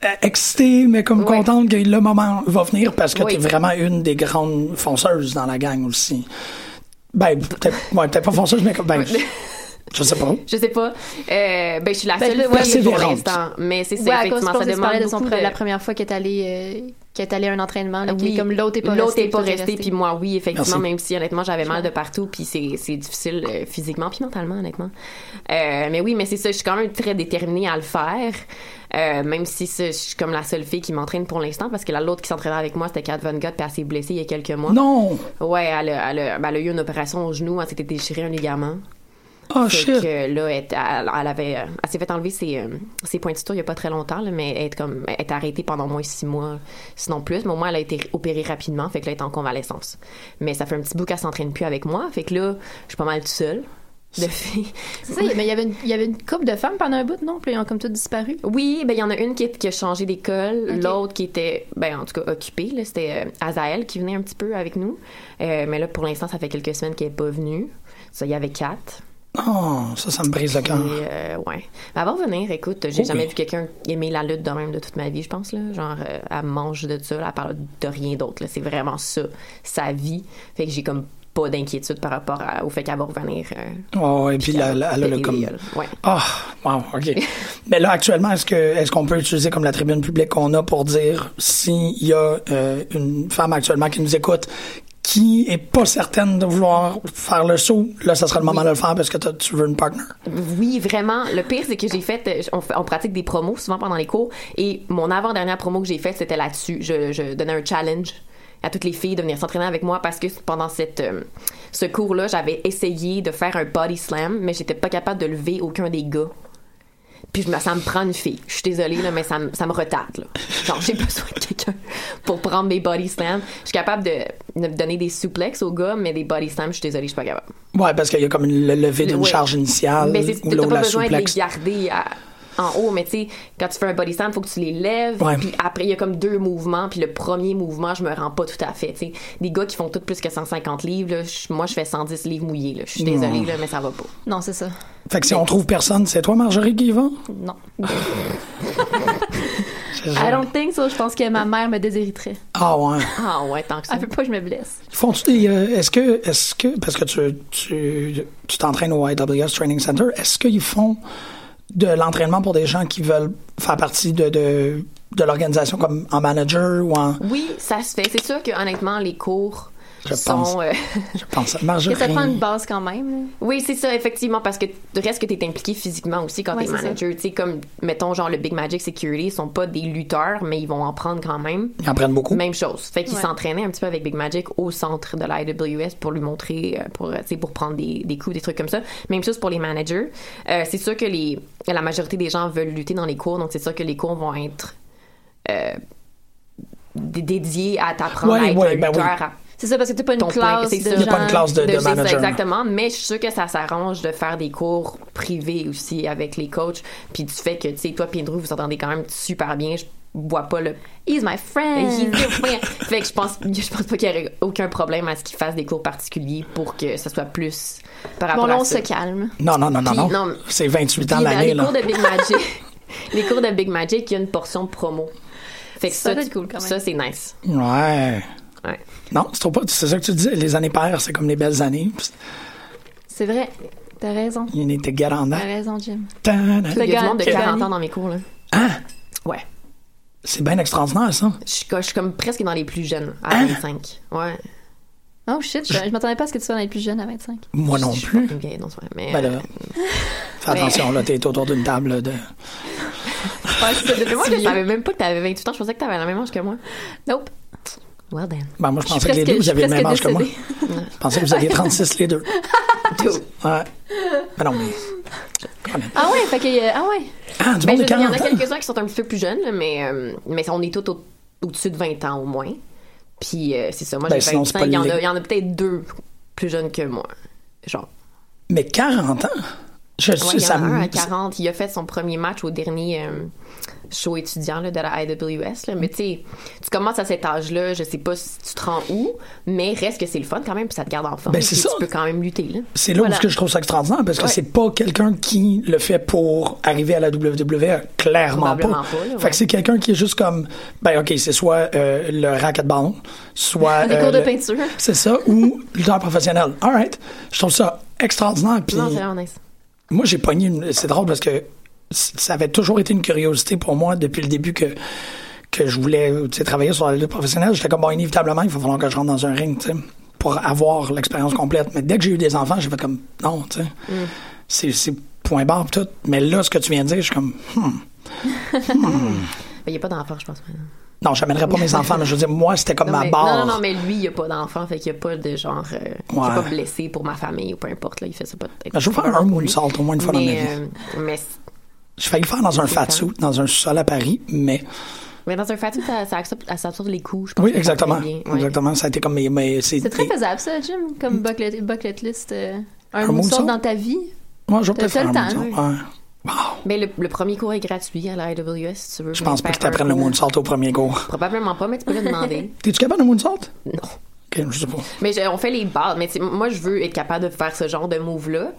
Speaker 5: euh, excité, mais comme
Speaker 4: Ouais.
Speaker 5: contente que le moment va venir parce que
Speaker 4: Oui.
Speaker 5: t'es vraiment une des grandes fonceuses dans la gang aussi. Ben, peut-être ouais, peut-être pas fonceuse, mais comme, ben, je, je sais pas.
Speaker 4: Je sais pas. Euh, ben, je suis la
Speaker 6: Ben,
Speaker 4: seule
Speaker 6: ouais,
Speaker 4: ouais, pour
Speaker 5: persévérante.
Speaker 4: l'instant. Mais c'est ça,
Speaker 6: Ouais, à cause
Speaker 4: effectivement,
Speaker 6: je pense
Speaker 4: ça
Speaker 6: que tu
Speaker 4: demande
Speaker 6: parlais de son
Speaker 4: beaucoup
Speaker 6: pre-
Speaker 4: de-
Speaker 6: la première fois qui est allée euh, qui est allée à un entraînement là, qui
Speaker 4: Oui.
Speaker 6: est comme l'autre est pas
Speaker 4: L'autre
Speaker 6: resté,
Speaker 4: est pas
Speaker 6: toi, t'es
Speaker 4: resté,
Speaker 6: resté.
Speaker 4: puis moi, oui, effectivement,
Speaker 5: Merci.
Speaker 4: même si honnêtement, j'avais mal de partout, puis c'est c'est difficile euh, physiquement, puis mentalement, honnêtement. Euh, mais oui, mais c'est ça, je suis quand même très déterminée à le faire, euh, même si ça, je suis comme la seule fille qui m'entraîne pour l'instant, parce que la- l'autre qui s'entraînait avec moi, c'était Kat Von Gott, puis elle s'est blessée il y a quelques mois.
Speaker 5: Non!
Speaker 4: Ouais, elle a, elle a- ben, elle a eu une opération au genou, elle s'était déchiré un ligament.
Speaker 5: Oh
Speaker 4: Fait
Speaker 5: shit!
Speaker 4: que là, elle, elle- elle avait, elle s'est fait enlever ses, euh, ses points de suture il n'y a pas très longtemps, là, mais elle est, comme, elle est arrêtée pendant au moins six mois, sinon plus. Mais au moins, elle a été opérée rapidement, fait que là, elle est en convalescence. Mais ça fait un petit bout qu'elle s'entraîne plus avec moi, fait que là, je suis pas mal toute seule. De filles.
Speaker 6: C'est ça, mais il y avait une, il y avait une couple de femmes pendant un bout, non? Puis ils ont comme tout disparu.
Speaker 4: Oui, ben il y en a une qui, est- qui a changé d'école,
Speaker 6: Ok.
Speaker 4: l'autre qui était, ben en tout cas occupée, là, c'était euh, Azael qui venait un petit peu avec nous, Euh, mais là pour l'instant ça fait quelques semaines qu'elle est pas venue. Ça, il y avait quatre.
Speaker 5: Oh, ça, ça me brise le
Speaker 4: Puis,
Speaker 5: cœur.
Speaker 4: euh, ouais. Mais avant de venir, écoute, j'ai
Speaker 5: Oh,
Speaker 4: jamais
Speaker 5: oui.
Speaker 4: vu quelqu'un aimer la lutte de même de toute ma vie, je pense. Là. Genre, euh, elle mange de ça, là, elle parle de rien d'autre. là. C'est vraiment ça, sa vie. Fait que j'ai comme pas d'inquiétude par rapport à- au fait qu'elle va revenir. euh,
Speaker 5: Oh, et puis là,
Speaker 4: qu'elle va
Speaker 5: là, là,
Speaker 4: péter
Speaker 5: là,
Speaker 4: des
Speaker 5: comme.
Speaker 4: gueules. Ouais.
Speaker 5: Ah, wow, OK. Mais là, actuellement, est-ce que est-ce qu'on peut utiliser comme la tribune publique qu'on a pour dire s'il y a euh, une femme actuellement qui nous écoute qui est pas certaine de vouloir faire le saut, là, ça sera le moment de le faire parce que t'as- tu veux une partner.
Speaker 4: Oui, vraiment. Le pire, c'est que j'ai fait, euh, on, fait- on pratique des promos souvent pendant les cours, et mon avant-dernière promo que j'ai faite, c'était là-dessus. Je, je donnais un challenge. à toutes les filles de venir s'entraîner avec moi parce que pendant cette, euh, ce cours-là, j'avais essayé de faire un body slam, mais j'étais pas capable de lever aucun des gars. Puis je me- ça me prend une fille. Je suis désolée, là, mais ça, me- ça me retarde. Là. Genre, j'ai besoin de quelqu'un pour prendre mes body slams. Je suis capable de, de donner des souplexes aux gars, mais des body slams, je suis désolée, je suis pas capable.
Speaker 5: Ouais, parce qu'il y a comme une le- levée d'une
Speaker 4: Ouais.
Speaker 5: charge initiale
Speaker 4: Mais c'est-
Speaker 5: Euh, ou
Speaker 4: t'as
Speaker 5: l'eau
Speaker 4: pas
Speaker 5: la
Speaker 4: besoin
Speaker 5: souplexe.
Speaker 4: de les garder à- en haut, mais tu sais, quand tu fais un body slam, faut que tu les lèves.
Speaker 5: Ouais.
Speaker 4: Puis après, il y a comme deux mouvements. Puis le premier mouvement, je me rends pas tout à fait. tu sais. Des gars qui font tout plus que 150 livres, là, je- moi, je fais 110 livres mouillés. là. Je suis désolée, là, mais ça va pas.
Speaker 6: Non, c'est ça.
Speaker 5: Fait que si on trouve personne, c'est toi, Marjorie, qui y va?
Speaker 6: Non. I don't think so. Je pense que ma mère me déshériterait.
Speaker 5: Ah ouais.
Speaker 4: Ah ouais, tant que ça.
Speaker 6: Elle veut pas que je me blesse.
Speaker 5: Font-tu des, euh, est-ce que, est-ce que, parce que tu, tu, tu t'entraînes au IWS Training Center, est-ce qu'ils font de l'entraînement pour des gens qui veulent faire partie de, de, de l'organisation comme en manager ou en,
Speaker 4: Oui, ça se fait. C'est sûr que honnêtement, les cours
Speaker 5: Je pense.
Speaker 4: sont. euh,
Speaker 5: je pense, à
Speaker 6: Que
Speaker 5: Marjorie.
Speaker 6: ça prend une base quand même. là.
Speaker 4: Oui, c'est ça, effectivement, parce que de reste que tu es impliqué physiquement aussi quand
Speaker 6: Ouais,
Speaker 4: t'es
Speaker 6: c'est ça.
Speaker 4: manager. Tu sais, comme, mettons, genre le Big Magic Security, ils sont pas des lutteurs, mais ils vont en prendre quand même.
Speaker 5: Ils en prennent beaucoup.
Speaker 4: Même chose. Fait qu'ils
Speaker 6: Ouais.
Speaker 4: s'entraînaient un petit peu avec Big Magic au centre de l'IWS pour lui montrer, euh, pour, euh, tu sais, pour prendre des, des coups, des trucs comme ça. Même chose pour les managers. Euh, c'est sûr que les, la majorité des gens veulent lutter dans les cours, donc c'est sûr que les cours vont être euh, dé- dédiés à t'apprendre
Speaker 5: Ouais,
Speaker 4: à être
Speaker 5: ouais,
Speaker 4: un
Speaker 5: ben oui.
Speaker 4: lutteur, à
Speaker 6: C'est ça, parce que t'as pas une
Speaker 4: Ton point,
Speaker 6: classe
Speaker 4: c'est
Speaker 6: de
Speaker 4: ça.
Speaker 5: Il n'y a pas une
Speaker 6: gens-
Speaker 5: classe de, de
Speaker 4: c'est ça,
Speaker 5: manager. non.
Speaker 4: exactement, mais je suis sûre que ça s'arrange de faire des cours privés aussi avec les coachs, puis du fait que, tu sais, toi puis Andrew, vous entendez quand même super bien, je vois pas le...
Speaker 6: He's my friend.
Speaker 4: fait que je pense, je pense pas qu'il y aurait aucun problème à ce qu'ils fassent des cours particuliers pour que ça soit plus par
Speaker 6: Bon,
Speaker 4: rapport
Speaker 6: là, on
Speaker 4: à
Speaker 6: se
Speaker 4: ça.
Speaker 6: calme.
Speaker 5: Non, non, non, non,
Speaker 4: Puis,
Speaker 5: non.
Speaker 4: non, mais-
Speaker 5: C'est 28 ans
Speaker 4: Puis dans
Speaker 5: l'année,
Speaker 4: les
Speaker 5: là.
Speaker 4: cours de Big Magic, les cours de Big Magic, il y a une portion promo. Fait que
Speaker 6: Ça
Speaker 4: ça,
Speaker 6: doit être cool, quand même.
Speaker 4: ça c'est nice.
Speaker 5: Ouais.
Speaker 4: Ouais.
Speaker 5: Non, c'est trop pas, c'est ça que tu disais. Les années paires, c'est comme les belles années. Puis,
Speaker 6: C'est vrai. T'as raison.
Speaker 5: Il était garant.
Speaker 6: T'as raison, Jim.
Speaker 4: Il y a du monde de
Speaker 6: T'as
Speaker 4: 40
Speaker 6: gagné.
Speaker 4: ans dans mes cours, là.
Speaker 5: Hein?
Speaker 4: Ouais.
Speaker 5: C'est bien extraordinaire, ça.
Speaker 4: Je suis, co- je suis comme presque dans les plus jeunes, à
Speaker 5: Hein?
Speaker 4: 25. Ouais.
Speaker 6: Oh shit, je, je m'attendais pas à ce que tu sois dans les plus jeunes à 25.
Speaker 5: Moi non
Speaker 4: Je suis
Speaker 5: plus.
Speaker 4: pas une vieille, non, c'est vrai, mais,
Speaker 5: Ben
Speaker 4: euh,
Speaker 5: là, fais attention, là, t'es autour d'une table de...
Speaker 4: mais moi, euh, je savais même pas que t'avais 28 ans. Je pensais que t'avais la même âge que moi.
Speaker 6: Nope.
Speaker 4: Well then.
Speaker 5: Ben, moi, je
Speaker 6: Je suis
Speaker 5: pensais que les deux, vous
Speaker 6: presque- je suis
Speaker 5: aviez le même âge
Speaker 6: presque
Speaker 5: que moi.
Speaker 6: décédée.
Speaker 5: Je pensais que vous aviez 36, les deux.
Speaker 4: Dude.
Speaker 5: Ouais. Ben non, mais...
Speaker 6: Ah ouais, fait que. euh, Ah ouais.
Speaker 5: Ah, du
Speaker 4: Ben, je
Speaker 5: monde de
Speaker 4: veux dire, il y en a
Speaker 5: 40 ans.
Speaker 4: quelques-uns qui sont un petit peu plus jeunes, là, mais, euh, mais on est tous au- au-dessus de 20 ans au moins. Puis euh, c'est ça, moi
Speaker 5: Ben,
Speaker 4: j'ai
Speaker 5: sinon, c'est
Speaker 4: 25.
Speaker 5: pas
Speaker 4: Il y en
Speaker 5: le-
Speaker 4: a, il y en a peut-être deux plus jeunes que moi. Genre,
Speaker 5: Mais 40 ans? Je
Speaker 4: ouais,
Speaker 5: suis...
Speaker 4: il y en a
Speaker 5: ça me-
Speaker 4: un à 40. Il a fait son premier match au dernier euh, show étudiant là, de la IWS. là. Mais tu sais, tu commences à cet âge-là, je sais pas si tu te rends où, mais reste que c'est le fun quand même, puis ça te garde en forme.
Speaker 5: Ben, c'est
Speaker 4: Puis
Speaker 5: ça.
Speaker 4: Tu peux quand même lutter. Là.
Speaker 5: C'est là où ce que je trouve ça extraordinaire, parce que c'est pas quelqu'un qui le fait pour arriver à la WWE,
Speaker 4: Probablement
Speaker 5: clairement pas.
Speaker 4: pas, là,
Speaker 5: Fait
Speaker 4: ouais.
Speaker 5: que c'est quelqu'un qui est juste comme, ben ok, c'est soit euh, le racquetball, soit...
Speaker 6: Des
Speaker 5: euh,
Speaker 6: cours de
Speaker 5: le-
Speaker 6: peinture.
Speaker 5: C'est ça, ou lutteur professionnel. All right. Je trouve ça extraordinaire. Puis
Speaker 4: Non, c'est vraiment nice.
Speaker 5: moi, j'ai pogné. une- C'est drôle parce que c- ça avait toujours été une curiosité pour moi depuis le début que que je voulais tu sais, travailler sur la lutte professionnelle. J'étais comme, bon, inévitablement, il va falloir que je rentre dans un ring, tu sais, pour avoir l'expérience complète. Mais dès que j'ai eu des enfants, j'ai fait comme, non, tu sais,
Speaker 4: Mm.
Speaker 5: c'est- c'est point barre pis tout. Mais là, ce que tu viens de dire, je suis comme, hmm.
Speaker 4: Mais Ben, il n'y a pas d'enfant, je pense. maintenant.
Speaker 5: non, j'amènerai pas mes enfants, mais je veux dire, moi, c'était comme
Speaker 4: Non,
Speaker 5: ma
Speaker 4: mais-
Speaker 5: barre.
Speaker 4: non, non, non, mais lui, il n'y a pas d'enfant, fait qu'il n'y a pas de genre. euh, Il n'est
Speaker 5: Ouais.
Speaker 4: pas blessé pour ma famille ou peu importe, là, il fait ça pas de tête.
Speaker 5: Ben, je vais faire un moonsault au moins une fois dans ma vie.
Speaker 4: mais, euh,
Speaker 5: Je failli le faire dans un fat suit, dans un sol à Paris, mais
Speaker 4: mais dans un fat suit, ça, ça, absorbe, ça absorbe les coups, je pense.
Speaker 5: oui,
Speaker 4: que ça
Speaker 5: exactement.
Speaker 4: fait bien, ouais.
Speaker 5: Exactement, ça a été comme mes. mes-
Speaker 6: C'est très
Speaker 5: et-
Speaker 6: faisable, ça, Jim, comme bucket, bucket list. euh, un
Speaker 5: Un
Speaker 6: moonsault
Speaker 5: moonsault?
Speaker 6: dans ta vie.
Speaker 5: Moi, je vais
Speaker 6: T'as
Speaker 5: peut-être faire
Speaker 6: le
Speaker 5: un
Speaker 6: temps,
Speaker 5: moonsault. Ouais.
Speaker 4: Mais le, le premier cours est gratuit à la IWS, si tu veux.
Speaker 5: Je pense pas
Speaker 4: venir
Speaker 5: que
Speaker 4: faire
Speaker 5: t'apprennes
Speaker 4: un
Speaker 5: le
Speaker 4: cours.
Speaker 5: moonsault au premier cours.
Speaker 4: Probablement pas, mais tu peux le demander.
Speaker 5: T'es-tu capable de moonsault?
Speaker 4: non.
Speaker 5: Ok, je sais pas.
Speaker 4: Mais je- on fait les bases. Mais tu sais, moi, je veux être capable de faire ce genre de move-là.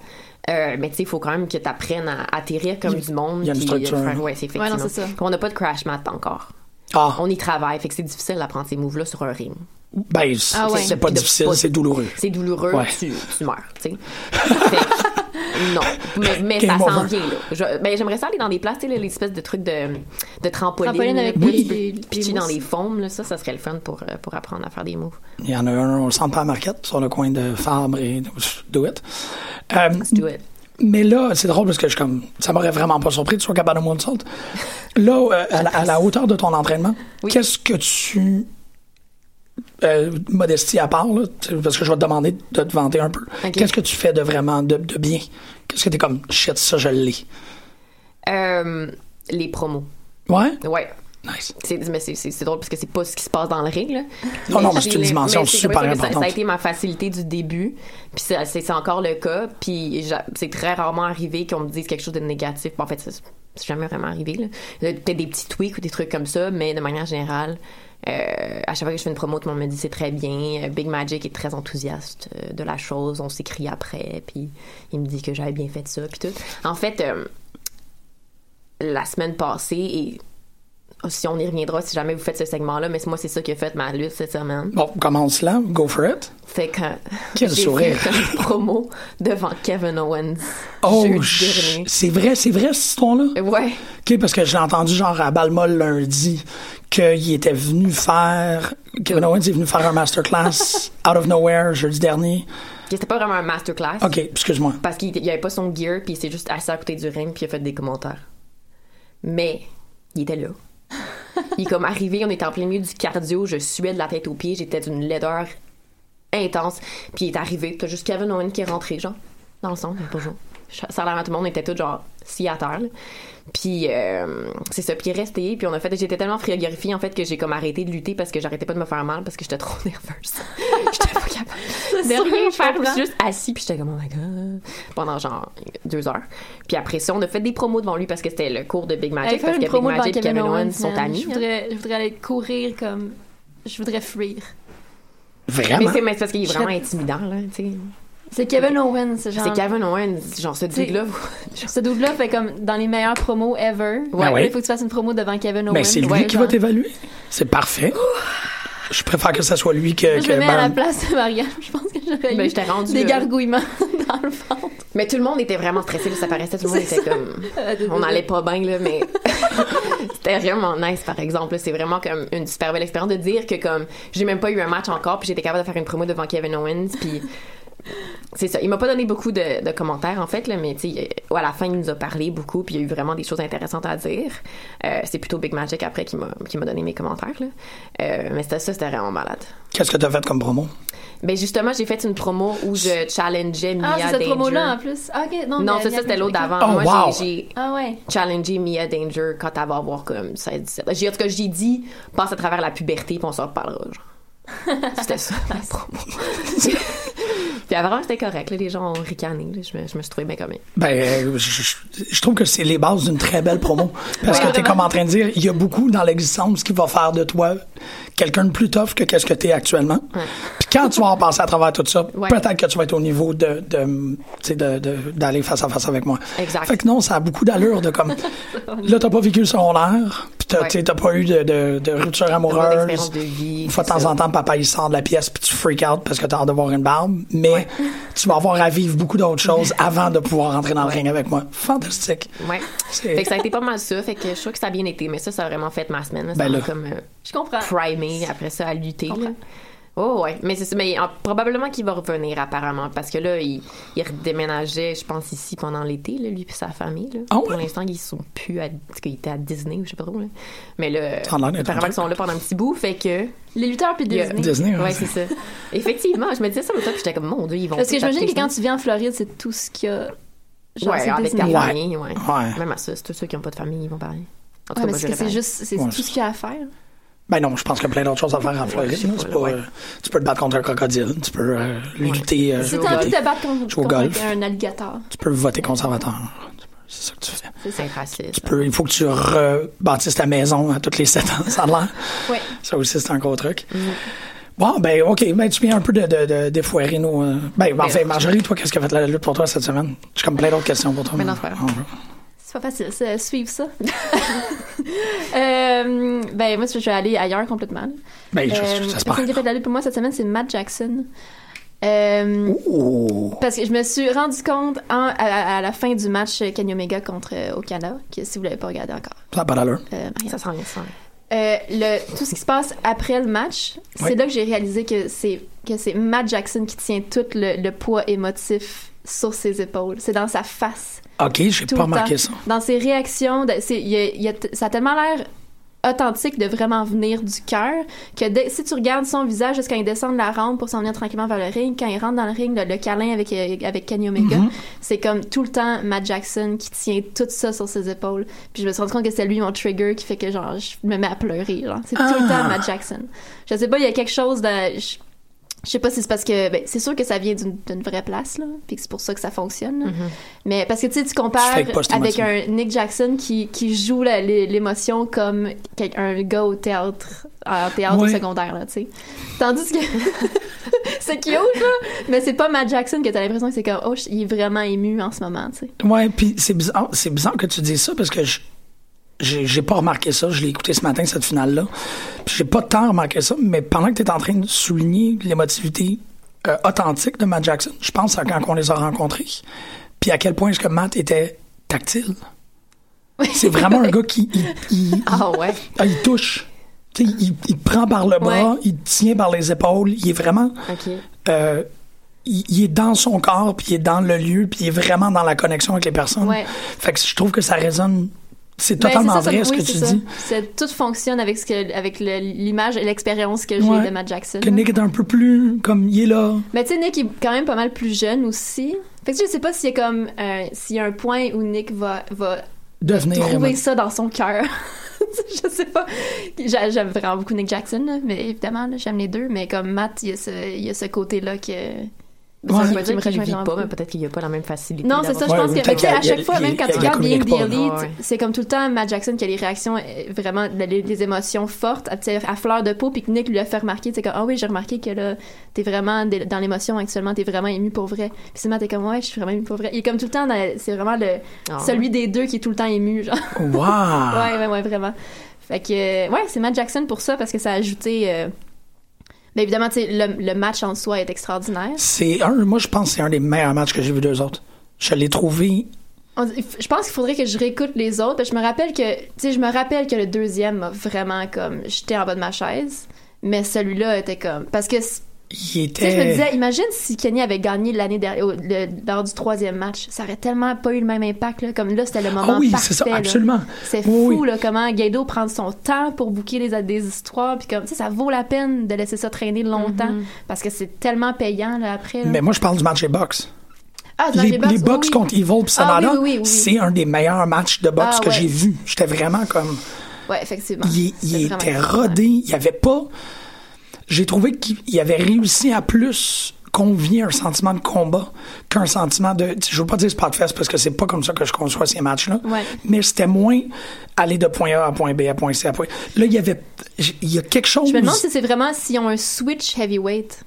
Speaker 4: Euh, mais tu sais, il faut quand même que tu apprennes à atterrir comme du monde.
Speaker 5: il y a une
Speaker 4: puis euh,
Speaker 5: structure.
Speaker 4: faire- ouais, c'est
Speaker 6: Ouais, non,
Speaker 4: effectivement.
Speaker 6: c'est ça.
Speaker 4: On n'a pas de crash mat encore.
Speaker 5: Ah,
Speaker 4: On y travaille, fait que c'est difficile d'apprendre ces moves-là sur un ring.
Speaker 5: ben, c'est
Speaker 6: Ah ouais.
Speaker 5: c'est pas
Speaker 4: Puis de-
Speaker 5: difficile, c'est douloureux.
Speaker 4: C'est douloureux,
Speaker 5: Ouais.
Speaker 4: tu, tu meurs, tu sais. Fait que, non, mais, mais ça
Speaker 5: Game
Speaker 4: s'en
Speaker 5: over.
Speaker 4: vient, là. Je- ben, j'aimerais ça aller dans des places, tu sais, là, les espèces de trucs de, de trampoline.
Speaker 6: Trampoline
Speaker 4: là,
Speaker 6: avec
Speaker 4: puis
Speaker 6: des-
Speaker 4: tu peux
Speaker 6: des- des
Speaker 4: pitcher dans
Speaker 6: mousses.
Speaker 4: les foams, là, ça, ça serait le fun pour, euh, pour apprendre à faire des moves.
Speaker 5: Il y en a un au centre Marquette, sur le coin de Fabre et Do It. Euh,
Speaker 6: Mm.
Speaker 4: Do it.
Speaker 5: mais là, c'est drôle parce que je suis comme. Ça m'aurait vraiment pas surpris que tu sois capable de moonsault. Là, euh, à, la, à la hauteur de ton entraînement, qu'est-ce que tu euh, modestie à part, là, tu- parce que je vais te demander de te vanter un peu.
Speaker 4: Ok.
Speaker 5: Qu'est-ce que tu fais de vraiment de, de bien? Qu'est-ce que t'es comme shit, ça je l'ai?
Speaker 4: Euh, les promos.
Speaker 5: Ouais?
Speaker 4: Ouais.
Speaker 5: Nice.
Speaker 4: C'est, mais c'est, c'est- c'est drôle parce que c'est pas ce qui se passe dans le ring. Là.
Speaker 5: Non, Oh non, mais c'est
Speaker 4: j'ai
Speaker 5: une
Speaker 4: les-
Speaker 5: dimension
Speaker 4: mais c'est comme
Speaker 5: super
Speaker 4: ça que ça- Ça,
Speaker 5: importante.
Speaker 4: a été ma facilité du début, puis ça- c'est, c'est encore le cas. Puis j'a- c'est très rarement arrivé qu'on me dise quelque chose de négatif. Bon, en fait, ça, c'est jamais vraiment arrivé. là. Là, Peut-être des petits tweaks ou des trucs comme ça, mais de manière générale, euh, à chaque fois que je fais une promo, tout le monde me dit c'est très bien. Euh, Big Magic est très enthousiaste euh, de la chose. On s'écrit après, puis il me dit que j'avais bien fait ça, puis tout. En fait, euh, la semaine passée, et si on y reviendra si jamais vous faites ce segment-là, mais moi, c'est ça qui a fait ma lutte cette semaine.
Speaker 5: Bon, commence là, go for it.
Speaker 4: C'est quand
Speaker 5: Quel
Speaker 4: j'ai
Speaker 5: sourire.
Speaker 4: fait une promo devant Kevin Owens.
Speaker 5: Oh,
Speaker 4: jeudi
Speaker 5: ch-
Speaker 4: dernier.
Speaker 5: c'est vrai, c'est vrai cette histoire-là?
Speaker 4: Ouais.
Speaker 5: OK, parce que j'ai entendu genre à Balmol lundi qu'il était venu faire... Kevin Owens est venu faire un masterclass out of nowhere jeudi dernier.
Speaker 4: C'était pas vraiment un masterclass.
Speaker 5: OK, excuse-moi.
Speaker 4: Parce qu'il il avait pas son gear, puis il s'est juste assis à côté du ring, puis il a fait des commentaires. Mais il était là. il est comme arrivé, on était en plein milieu du cardio, je suais de la tête aux pieds, j'étais d'une laideur intense, puis il est arrivé, t'as juste Kevin Owen qui est rentré, genre, dans le son, bonjour. Ch- Salaire à tout le monde, on était tous genre si à terre. là. Puis euh, c'est ça, puis il est resté, puis on a fait, j'étais tellement frigorifiée en fait que j'ai comme arrêté de lutter parce que j'arrêtais pas de me faire mal parce que j'étais trop nerveuse. j'étais pas capable
Speaker 6: sûr,
Speaker 4: de rien
Speaker 6: je
Speaker 4: faire, je me
Speaker 6: comprends.
Speaker 4: suis juste assis, puis j'étais comme oh my god pendant genre deux heures. Puis après ça, on a fait des promos devant lui parce que c'était Ah, le cours de Big Magic,
Speaker 6: Allez faire
Speaker 4: parce
Speaker 6: une
Speaker 4: que Big
Speaker 6: promo devant
Speaker 4: Magic et
Speaker 6: Kevin,
Speaker 4: Kevin
Speaker 6: Owens,
Speaker 4: Owens sont
Speaker 6: man.
Speaker 4: amis.
Speaker 6: euh, Je
Speaker 4: là.
Speaker 6: voudrais, je voudrais aller courir comme. Je voudrais fuir.
Speaker 4: Mais
Speaker 5: Vraiment?
Speaker 4: c'est mais c'est parce qu'il est
Speaker 6: Ah, ben. Je
Speaker 4: vraiment
Speaker 6: serais-
Speaker 4: intimidant, là, tu sais.
Speaker 6: C'est Kevin Owens, ce genre.
Speaker 4: C'est Kevin Owens, genre ce
Speaker 6: T'sais,
Speaker 4: dude-là.
Speaker 6: Ce dude-là fait comme dans les meilleurs promos ever.
Speaker 4: Ouais. Ben,
Speaker 5: Ah ouais?
Speaker 6: Il faut que tu fasses une promo devant Kevin Owens.
Speaker 5: Mais Ben, c'est lui
Speaker 6: Ouais,
Speaker 5: qui
Speaker 6: genre.
Speaker 5: va t'évaluer? C'est parfait. Je préfère que ça soit lui que...
Speaker 6: Je
Speaker 5: que
Speaker 6: me mets à la
Speaker 5: Baron-
Speaker 6: place de Marianne. Je pense que j'aurais
Speaker 4: Ben,
Speaker 6: eu
Speaker 4: j'étais rendue
Speaker 6: des
Speaker 4: là.
Speaker 6: gargouillements dans le ventre.
Speaker 4: Mais tout le monde était vraiment stressé, là, ça paraissait, tout le monde
Speaker 6: C'est
Speaker 4: était comme. On allait pas bien, là, mais c'était vraiment nice, par exemple. là. C'est vraiment comme une super belle expérience de dire que, comme, j'ai même pas eu un match encore, puis j'étais capable de faire une promo devant Kevin Owens, puis. C'est ça. Il m'a pas donné beaucoup de, de commentaires, en fait, là, mais tu sais, euh, à la fin, il nous a parlé beaucoup, puis il y a eu vraiment des choses intéressantes à dire. Euh, c'est plutôt Big Magic après qui m'a qui m'a donné mes commentaires, là. Euh, mais c'était ça, c'était vraiment malade.
Speaker 5: Qu'est-ce que t'as fait comme promo?
Speaker 4: Ben justement, j'ai fait une promo où je challengeais Mia
Speaker 6: Ah, c'est cette
Speaker 4: Danger.
Speaker 6: promo-là en plus. Ah, ok. Non,
Speaker 4: Non,
Speaker 6: mais-
Speaker 4: c'est ça, c'était l'autre d'avant.
Speaker 5: Oh,
Speaker 4: Moi,
Speaker 5: wow.
Speaker 4: j'ai- j'ai
Speaker 6: Ah, ouais.
Speaker 4: challenger Mia Danger quand elle va avoir comme 16, 17. J'ai, en tout cas, j'ai dit, passe à travers la puberté, puis on s'en reparlera. genre. c'était ça, la promo. puis avant, c'était correct. là, les gens ont ricané. là. Je, me, je me suis trouvée bien comme
Speaker 5: Ben, euh, je, je- je trouve que c'est les bases d'une très belle promo. Parce
Speaker 6: Ouais,
Speaker 5: que t'es
Speaker 6: vraiment.
Speaker 5: comme en train de dire, il y a beaucoup dans l'existence qui va faire de toi quelqu'un de plus tough que qu'est-ce que t'es actuellement. Puis quand tu vas en passer à travers tout ça,
Speaker 4: Ouais.
Speaker 5: peut-être que tu vas être au niveau de, de, tu sais, de- de- d'aller face à face avec moi.
Speaker 4: Exact.
Speaker 5: Fait que non, ça a beaucoup d'allure de comme, là t'as pas vécu le secondaire, puis t'as,
Speaker 4: Ouais.
Speaker 5: tu sais, t'as pas eu de, de, de rupture amoureuse.
Speaker 4: d'expérience de vie,
Speaker 5: Une fois de
Speaker 4: c'est
Speaker 5: temps
Speaker 4: ça.
Speaker 5: en temps, papa il sort de la pièce puis tu freak out parce que t'as hâte de voir une barbe, mais tu vas avoir à vivre beaucoup d'autres choses avant de pouvoir entrer dans le ring avec moi. Fantastique.
Speaker 4: Ouais.
Speaker 5: C'est-
Speaker 4: Fait que ça a été pas mal ça. Fait que je trouve que ça a bien été. Mais ça, ça a vraiment fait ma semaine. là. Ça
Speaker 5: Ben
Speaker 4: m'a
Speaker 5: là.
Speaker 4: comme euh,
Speaker 6: Je comprends.
Speaker 4: primé après ça à lutter. là.
Speaker 6: Comprends.
Speaker 4: Oh ouais, mais c'est ça. Mais euh, probablement qu'il va revenir apparemment parce que là, il, il redéménageait, je pense, ici pendant l'été, là, lui et sa famille. là.
Speaker 5: Ah ouais?
Speaker 4: Pour l'instant, ils sont plus à. Parce qu'ils étaient à Disney ou je sais pas trop. Là. Mais là,
Speaker 5: Ça a l'air d'être un
Speaker 4: apparemment,
Speaker 5: truc.
Speaker 4: ils sont là pendant un petit bout. Fait que.
Speaker 6: Les lutteurs puis
Speaker 4: il y a-
Speaker 6: Disney.
Speaker 5: Disney, ouais.
Speaker 4: ouais, c'est ça. Effectivement, je me disais ça l'autre fois, puis j'étais comme, mon Dieu, ils vont.
Speaker 6: Parce que
Speaker 4: tout
Speaker 6: j'imagine que
Speaker 4: acheter
Speaker 6: quand
Speaker 4: ça.
Speaker 6: tu viens en Floride, c'est tout ce qu'il y a. Genre,
Speaker 4: Ouais,
Speaker 6: c'est
Speaker 4: avec ta
Speaker 6: Disney.
Speaker 5: Ouais.
Speaker 4: famille, ouais.
Speaker 5: Ouais.
Speaker 4: Même à ça, c'est tous ceux qui n'ont pas de famille, ils vont parler. En tout cas,
Speaker 6: Ouais, mais
Speaker 4: moi,
Speaker 6: c'est
Speaker 4: je
Speaker 6: que c'est juste c'est
Speaker 5: Ouais.
Speaker 6: tout ce qu'il y a à faire.
Speaker 5: Ben non, je pense qu'il y a plein d'autres choses à faire en Floride.
Speaker 4: je sais
Speaker 5: là.
Speaker 4: pas,
Speaker 5: C'est
Speaker 4: là,
Speaker 5: pas,
Speaker 4: ouais.
Speaker 5: euh, tu peux te battre contre un crocodile, tu peux euh, lutter, euh,
Speaker 6: Si
Speaker 4: au
Speaker 6: t'as envie
Speaker 5: lutter,
Speaker 6: de te battre contre,
Speaker 5: Jouer au
Speaker 6: contre
Speaker 5: golf.
Speaker 6: un alligator,
Speaker 5: tu peux voter conservateur. Tu peux- C'est ça que tu fais.
Speaker 4: C'est raciste.
Speaker 5: Tu peux- il faut que tu rebâtisses ta maison à toutes les sept ans, ça a l'air.
Speaker 6: Ouais.
Speaker 5: Ça aussi, c'est un gros truc. Bon, ben, OK, ben, tu viens un peu de, de, de défouerer nos. euh, Ben, ben, enfin, Marjorie, toi, qu'est-ce que fait la lutte pour toi cette semaine? J'ai comme plein d'autres questions pour toi.
Speaker 4: Mais non, c'est pas grave.
Speaker 6: c'est pas facile, ça, suivre ça. Euh, ben, moi, je vais aller ailleurs complètement.
Speaker 5: Ben, je- ça
Speaker 6: Euh,
Speaker 5: se
Speaker 6: la personne
Speaker 5: parle.
Speaker 6: qui a fait de la lutte pour moi cette semaine, c'est Matt Jackson. Euh,
Speaker 5: Oh!
Speaker 6: parce que je me suis rendu compte en- à, à- à la fin du match Kenny Omega contre euh, Okada, que si vous l'avez pas regardé encore,
Speaker 5: Ça n'a pas d'allure.
Speaker 6: euh, Marianne.
Speaker 4: Ça sent bien, ça sent bien.
Speaker 6: Euh, le, tout ce qui se passe après le match,
Speaker 5: Ouais.
Speaker 6: c'est là que j'ai réalisé que c'est que c'est Matt Jackson qui tient tout le, le poids émotif sur ses épaules. C'est dans sa face
Speaker 5: OK, j'ai
Speaker 6: tout
Speaker 5: pas
Speaker 6: le temps.
Speaker 5: remarqué ça.
Speaker 6: Dans ses réactions, de- c'est- il y a- il y a t- ça a tellement l'air authentique de vraiment venir du cœur que dès- si tu regardes son visage jusqu'à il descend de la rampe pour s'en venir tranquillement vers le ring quand il rentre dans le ring le, le câlin avec euh, avec Kenny Omega
Speaker 5: Mm-hmm.
Speaker 6: c'est comme tout le temps Matt Jackson qui tient tout ça sur ses épaules puis je me suis rendu compte que c'est lui mon trigger qui fait que genre je me mets à pleurer genre c'est
Speaker 5: Ah.
Speaker 6: tout le temps Matt Jackson je sais pas il y a quelque chose de je- je sais pas si c'est parce que ben, c'est sûr que ça vient d'une d'une vraie place là, puis que c'est pour ça que ça fonctionne. là. Mais parce que tu sais tu compares
Speaker 5: Mm-hmm. Tu fakes pas cette
Speaker 6: avec
Speaker 5: émotion.
Speaker 6: un Nick Jackson qui, qui joue la- l'é- l'émotion comme quel- un gars au théâtre en théâtre
Speaker 5: Ouais.
Speaker 6: au secondaire là, tu sais. Tandis que c'est cute là, mais c'est pas Matt Jackson que t'as l'impression que c'est comme oh il est vraiment ému en ce moment, tu sais.
Speaker 5: Ouais, puis c'est bizarre, c'est bizarre que tu dises ça parce que je- j'ai j'ai pas remarqué ça. Je l'ai écouté ce matin, cette finale-là. Puis j'ai pas tant remarqué ça, mais pendant que tu es en train de souligner l'émotivité euh, authentique de Matt Jackson, je pense à quand on les a rencontrés. Puis à quel point est-ce que Matt était tactile. C'est vraiment un gars qui il, il-
Speaker 4: Ah ouais.
Speaker 5: ah, il touche. Tu sais, il, il te prend par le bras,
Speaker 4: Ouais.
Speaker 5: il te tient par les épaules. Il est vraiment.
Speaker 4: OK.
Speaker 5: euh, il, il est dans son corps, puis il est dans le lieu, puis il est vraiment dans la connexion avec les personnes.
Speaker 6: Ouais.
Speaker 5: Fait que je trouve que ça résonne. C'est
Speaker 6: Ben,
Speaker 5: totalement
Speaker 6: c'est ça,
Speaker 5: vrai
Speaker 6: ça-
Speaker 5: ce
Speaker 6: oui,
Speaker 5: que tu
Speaker 6: c'est ça.
Speaker 5: dis.
Speaker 6: C'est- tout fonctionne avec ce que avec le- l'image et l'expérience que j'ai
Speaker 5: Ouais.
Speaker 6: de Matt Jackson.
Speaker 5: Que Nick est un peu plus comme il est là.
Speaker 6: Mais tu sais, Nick est quand même pas mal plus jeune aussi. Fait que je sais pas s'il y a comme euh, s'il y a un point où Nick va, va
Speaker 5: Devenir.
Speaker 6: trouver ça dans son cœur. je sais pas. J'a- J'aime vraiment beaucoup Nick Jackson, là, mais évidemment, là, j'aime les deux. Mais comme Matt, il y a ce, il y a ce côté-là que.
Speaker 5: Ouais.
Speaker 4: Ça
Speaker 6: qui
Speaker 4: veut dire
Speaker 6: me
Speaker 4: qu'il
Speaker 6: rejoint
Speaker 4: vit
Speaker 6: vraiment
Speaker 4: pas, mais
Speaker 6: beaucoup.
Speaker 4: peut-être qu'il n'y a pas la même facilité.
Speaker 6: Non, c'est ça, je
Speaker 5: Ouais,
Speaker 6: pense
Speaker 5: ou
Speaker 6: que. Mais
Speaker 5: peut-être
Speaker 6: tu sais, à
Speaker 5: qu'il y a-
Speaker 6: chaque fois,
Speaker 5: il y a-
Speaker 6: même quand
Speaker 5: il y a-
Speaker 6: tu regardes
Speaker 5: il y a
Speaker 6: Being the
Speaker 5: communique
Speaker 6: Elite,
Speaker 4: pas. Ouais, ouais.
Speaker 6: c'est comme tout le temps Matt Jackson qui a les réactions euh, vraiment, les, les émotions fortes à, tu sais, à fleur de peau, puis que Nick lui a fait remarquer, tu sais, comme, ah oui, j'ai remarqué que là, t'es vraiment dé- dans l'émotion actuellement, t'es vraiment ému pour vrai. Puis c'est Matt, t'es comme, ouais, je suis vraiment ému pour vrai. Il est comme tout le temps, dans- c'est vraiment le,
Speaker 4: Ah.
Speaker 6: celui des deux qui est tout le temps ému, genre.
Speaker 5: Waouh!
Speaker 6: Ouais, ouais, ouais, vraiment. Fait que, euh, ouais, c'est Matt Jackson pour ça, parce que ça a ajouté. euh, ben, évidemment, tu sais, le, le match en soi est extraordinaire.
Speaker 5: C'est un, moi je pense que c'est un des meilleurs matchs que j'ai vu d'eux autres. Je l'ai trouvé.
Speaker 6: On- je pense qu'il faudrait que je réécoute les autres, parce que je me rappelle que, tu sais, je me rappelle que le deuxième m'a vraiment comme, j'étais en bas de ma chaise, mais celui-là était comme, parce que, tu sais,
Speaker 5: Il
Speaker 6: je me
Speaker 5: était.
Speaker 6: disais, imagine si Kenny avait gagné l'année dernière, au- le- lors du troisième match, ça aurait tellement pas eu le même impact, là, comme là, c'était le moment
Speaker 5: Ah oui,
Speaker 6: parfait.
Speaker 5: c'est ça,
Speaker 6: là.
Speaker 5: absolument.
Speaker 6: C'est
Speaker 5: Oui,
Speaker 6: fou
Speaker 5: oui.
Speaker 6: là comment Guido prend son temps pour bouquer des, des histoires puis comme tu sais, ça vaut la peine de laisser ça traîner longtemps parce que c'est tellement payant là après. là.
Speaker 5: Mhm. Mais moi je parle du match des box.
Speaker 6: ah, dans
Speaker 5: Les, les
Speaker 6: oui,
Speaker 5: box
Speaker 6: oui.
Speaker 5: contre Evil pis
Speaker 6: Ah, oui,
Speaker 5: Sonata,
Speaker 6: oui, oui, oui.
Speaker 5: c'est un des meilleurs matchs de boxe
Speaker 6: Ah,
Speaker 5: que
Speaker 6: ouais.
Speaker 5: j'ai vu. J'étais vraiment comme.
Speaker 6: Ouais, effectivement.
Speaker 5: Il, il
Speaker 6: C'est
Speaker 5: était
Speaker 6: vraiment-
Speaker 5: rodé, il n'y avait pas. J'ai trouvé qu'il il avait réussi à plus convier un sentiment de combat qu'un sentiment de. Je veux pas dire spot fest parce que c'est pas comme ça que je conçois ces matchs-là.
Speaker 6: Ouais.
Speaker 5: Mais c'était moins aller de point A à point B à point C à point. Là, il y avait. j- Il y a quelque chose.
Speaker 6: Je me demande si c'est vraiment s'ils ont un switch heavyweight.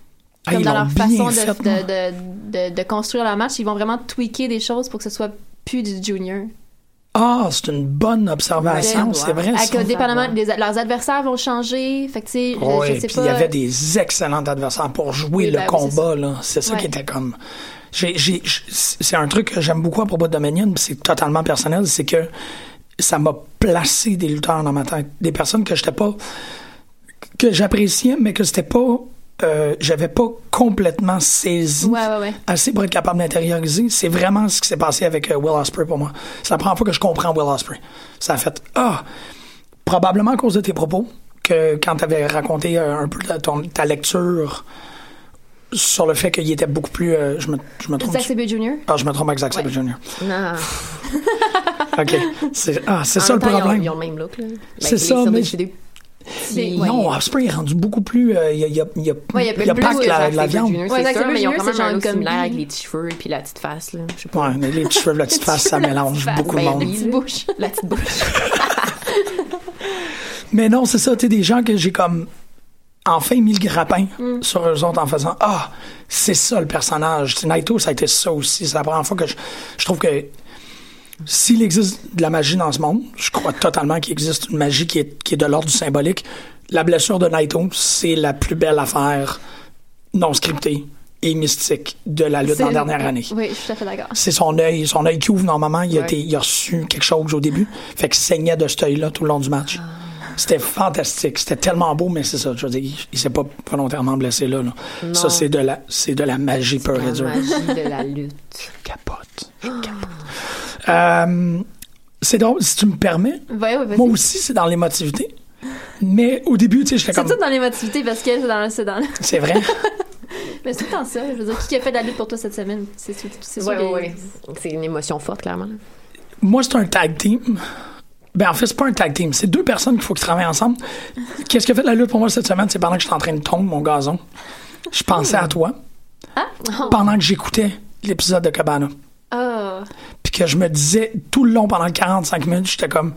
Speaker 5: Ah,
Speaker 6: Comme
Speaker 5: ils
Speaker 6: dans
Speaker 5: l'ont
Speaker 6: leur
Speaker 5: bien
Speaker 6: façon de,
Speaker 5: fait,
Speaker 6: de,
Speaker 5: moi.
Speaker 6: de- de- de construire leur match, ils vont vraiment tweaker des choses pour que ce soit plus du junior.
Speaker 5: Ah, c'est une bonne observation,
Speaker 6: Ouais,
Speaker 5: c'est vrai.
Speaker 6: Avec,
Speaker 5: Ah, ça.
Speaker 6: euh, dépendamment, les- leurs adversaires vont changer. Fait que, tu sais, je-
Speaker 5: Ouais,
Speaker 6: je sais
Speaker 5: Oh, puis
Speaker 6: pas.
Speaker 5: il y avait des excellents adversaires pour jouer
Speaker 6: Oui,
Speaker 5: le
Speaker 6: ben oui,
Speaker 5: combat, là. C'est ça
Speaker 6: Ouais.
Speaker 5: qui était comme. j'ai- j'ai- j'- c'est un truc que j'aime beaucoup à propos de Dominion, puis c'est totalement personnel, c'est que ça m'a placé des lutteurs dans ma tête. Des personnes que j'étais pas. que j'appréciais, mais que c'était pas. euh, j'avais pas complètement saisi
Speaker 6: Ouais, ouais, ouais.
Speaker 5: assez pour être capable d'intérioriser. C'est vraiment ce qui s'est passé avec euh, Will Osprey pour moi. C'est la première fois que je comprends Will Osprey. Ça a fait ah probablement à cause de tes propos que quand tu avais raconté euh, un peu ta, ton- ta lecture sur le fait qu'il était beaucoup plus euh, je me je me trompe
Speaker 6: Zack Sabre Jr.
Speaker 5: ah, je me trompe avec Zack Sabre Jr.
Speaker 4: Non.
Speaker 5: OK. C'est ah, c'est
Speaker 4: En
Speaker 5: ça le
Speaker 4: même temps, ils ont-
Speaker 5: problème.
Speaker 4: Ils ont le même look, là.
Speaker 5: C'est
Speaker 4: Ben, les
Speaker 5: ça,
Speaker 4: sourcils
Speaker 5: mais-
Speaker 4: chez des-
Speaker 6: C'est- ouais.
Speaker 5: Ah, Non, Osprey est rendu beaucoup plus euh, il y a il y a il y a,
Speaker 6: Ouais, il y a
Speaker 5: il y a
Speaker 6: plus
Speaker 5: pas
Speaker 6: que
Speaker 5: que la,
Speaker 4: Zack
Speaker 5: la
Speaker 4: Sabre
Speaker 5: viande.
Speaker 4: Jr.,
Speaker 6: Ouais,
Speaker 4: C'est
Speaker 6: Zack
Speaker 4: sûr,
Speaker 6: Sabre
Speaker 4: mais ils ont
Speaker 6: Jr.,
Speaker 4: quand même
Speaker 6: c'est
Speaker 4: un
Speaker 6: genre
Speaker 4: look
Speaker 6: comme
Speaker 4: similaire
Speaker 6: Guy.
Speaker 4: avec les petits cheveux puis la petite face, là. Je sais pas.
Speaker 5: Ouais, mais les petits cheveux, la petite face, ça mélange beaucoup de
Speaker 4: Ben,
Speaker 5: monde.
Speaker 4: oui,
Speaker 6: Petite
Speaker 4: là.
Speaker 6: bouche.
Speaker 4: La petite bouche.
Speaker 5: Mais non, c'est ça, tu sais, des gens que j'ai comme enfin mis le grappin sur eux autres en faisant Ah, c'est ça le personnage. Tu sais, Naito, ça a été ça aussi. C'est la première fois que je, je trouve que s'il existe de la magie dans ce monde, je crois totalement qu'il existe une magie qui est, qui est de l'ordre du symbolique. La blessure de Naito, c'est la plus belle affaire non scriptée et mystique de la lutte
Speaker 6: C'est-
Speaker 5: en dernière année
Speaker 6: Oui, je suis tout à fait d'accord.
Speaker 5: c'est son œil, son œil qui ouvre normalement. Il, a
Speaker 4: Ouais.
Speaker 5: été- il a reçu quelque chose au début. Fait qu'il saignait de cet œil-là tout le long du match.
Speaker 6: Ah.
Speaker 5: C'était fantastique. C'était tellement beau, mais c'est ça. Je veux dire, il- il s'est pas volontairement blessé là. là. Ça, c'est de la, c'est de la magie pure et dure.
Speaker 4: La magie de la lutte.
Speaker 5: Capote. Je capote. Euh, c'est drôle, si tu me permets.
Speaker 6: Ouais, ouais, vas-y.
Speaker 5: Moi aussi, c'est dans l'émotivité. Mais au début, tu sais, j'étais
Speaker 6: C'est
Speaker 5: comme.
Speaker 6: tout dans l'émotivité parce que c'est dans le. C'est dans le-
Speaker 5: C'est vrai.
Speaker 6: Mais c'est tout le temps ça. Je veux dire, qui a fait de la lutte pour toi cette semaine C'est sûr. C'est sûr
Speaker 4: Ouais,
Speaker 6: que-
Speaker 4: ouais, ouais. C'est une émotion forte, clairement.
Speaker 5: Moi, c'est un tag team. Ben, en fait, c'est pas un tag team. C'est deux personnes qu'il faut qu'ils travaillent ensemble. Qu'est-ce qui a fait de la lutte pour moi cette semaine? C'est pendant que j'étais en train de tomber mon gazon. Je pensais à toi. Pendant que j'écoutais l'épisode de Cabana.
Speaker 6: Ah.
Speaker 5: Puis que je me disais tout le long pendant 45 minutes, j'étais comme,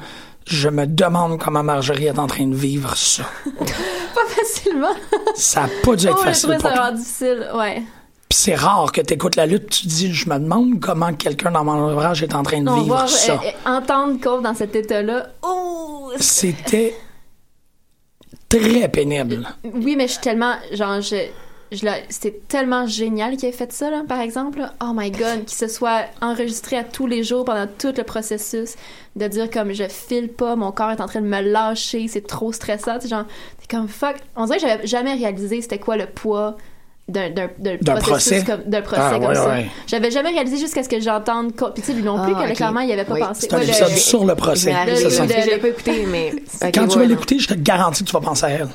Speaker 5: je me demande comment Marjorie est en train de vivre ça.
Speaker 6: Pas facilement.
Speaker 5: Ça a pas dû
Speaker 6: Oh,
Speaker 5: être
Speaker 6: je
Speaker 5: facile
Speaker 6: trouvais
Speaker 5: pour
Speaker 6: ça
Speaker 5: toi.
Speaker 6: vraiment difficile. Ouais.
Speaker 5: Puis c'est rare que t'écoutes la lutte, tu te dis, je me demande comment quelqu'un dans mon ouvrage est en train de
Speaker 6: On va euh,
Speaker 5: vivre ça.
Speaker 6: entendre Cove dans cet état-là. Oh!
Speaker 5: C'était très pénible.
Speaker 6: Oui, mais je suis tellement. Genre, je. je la- C'était tellement génial qu'il ait fait ça, là, par exemple. là. Oh my god, qu'il se soit enregistré à tous les jours pendant tout le processus, de dire comme je file pas, mon corps est en train de me lâcher, c'est trop stressant. Tu sais, genre, t'es comme fuck. On dirait que j'avais jamais réalisé c'était quoi le poids d'un d'un- d'un
Speaker 5: D'un procès.
Speaker 6: processus comme- d'un procès
Speaker 5: Ah,
Speaker 6: comme
Speaker 5: ouais,
Speaker 6: ça.
Speaker 5: ouais.
Speaker 6: J'avais jamais réalisé jusqu'à ce que j'entende. co- Puis tu sais, lui non plus,
Speaker 4: Ah,
Speaker 6: que,
Speaker 4: ok.
Speaker 6: clairement, il avait pas
Speaker 4: Oui.
Speaker 6: pensé.
Speaker 5: C'est un
Speaker 6: Ouais, le-
Speaker 5: épisode sur le procès.
Speaker 4: Mais
Speaker 6: Le-
Speaker 5: Ah, c'est
Speaker 6: le-
Speaker 5: ça.
Speaker 4: je
Speaker 6: le-
Speaker 4: l'ai pas écouté, mais. Ok,
Speaker 5: Quand tu
Speaker 4: ouais,
Speaker 5: vas
Speaker 4: non.
Speaker 5: l'écouter, je te garantis que tu vas penser à elle.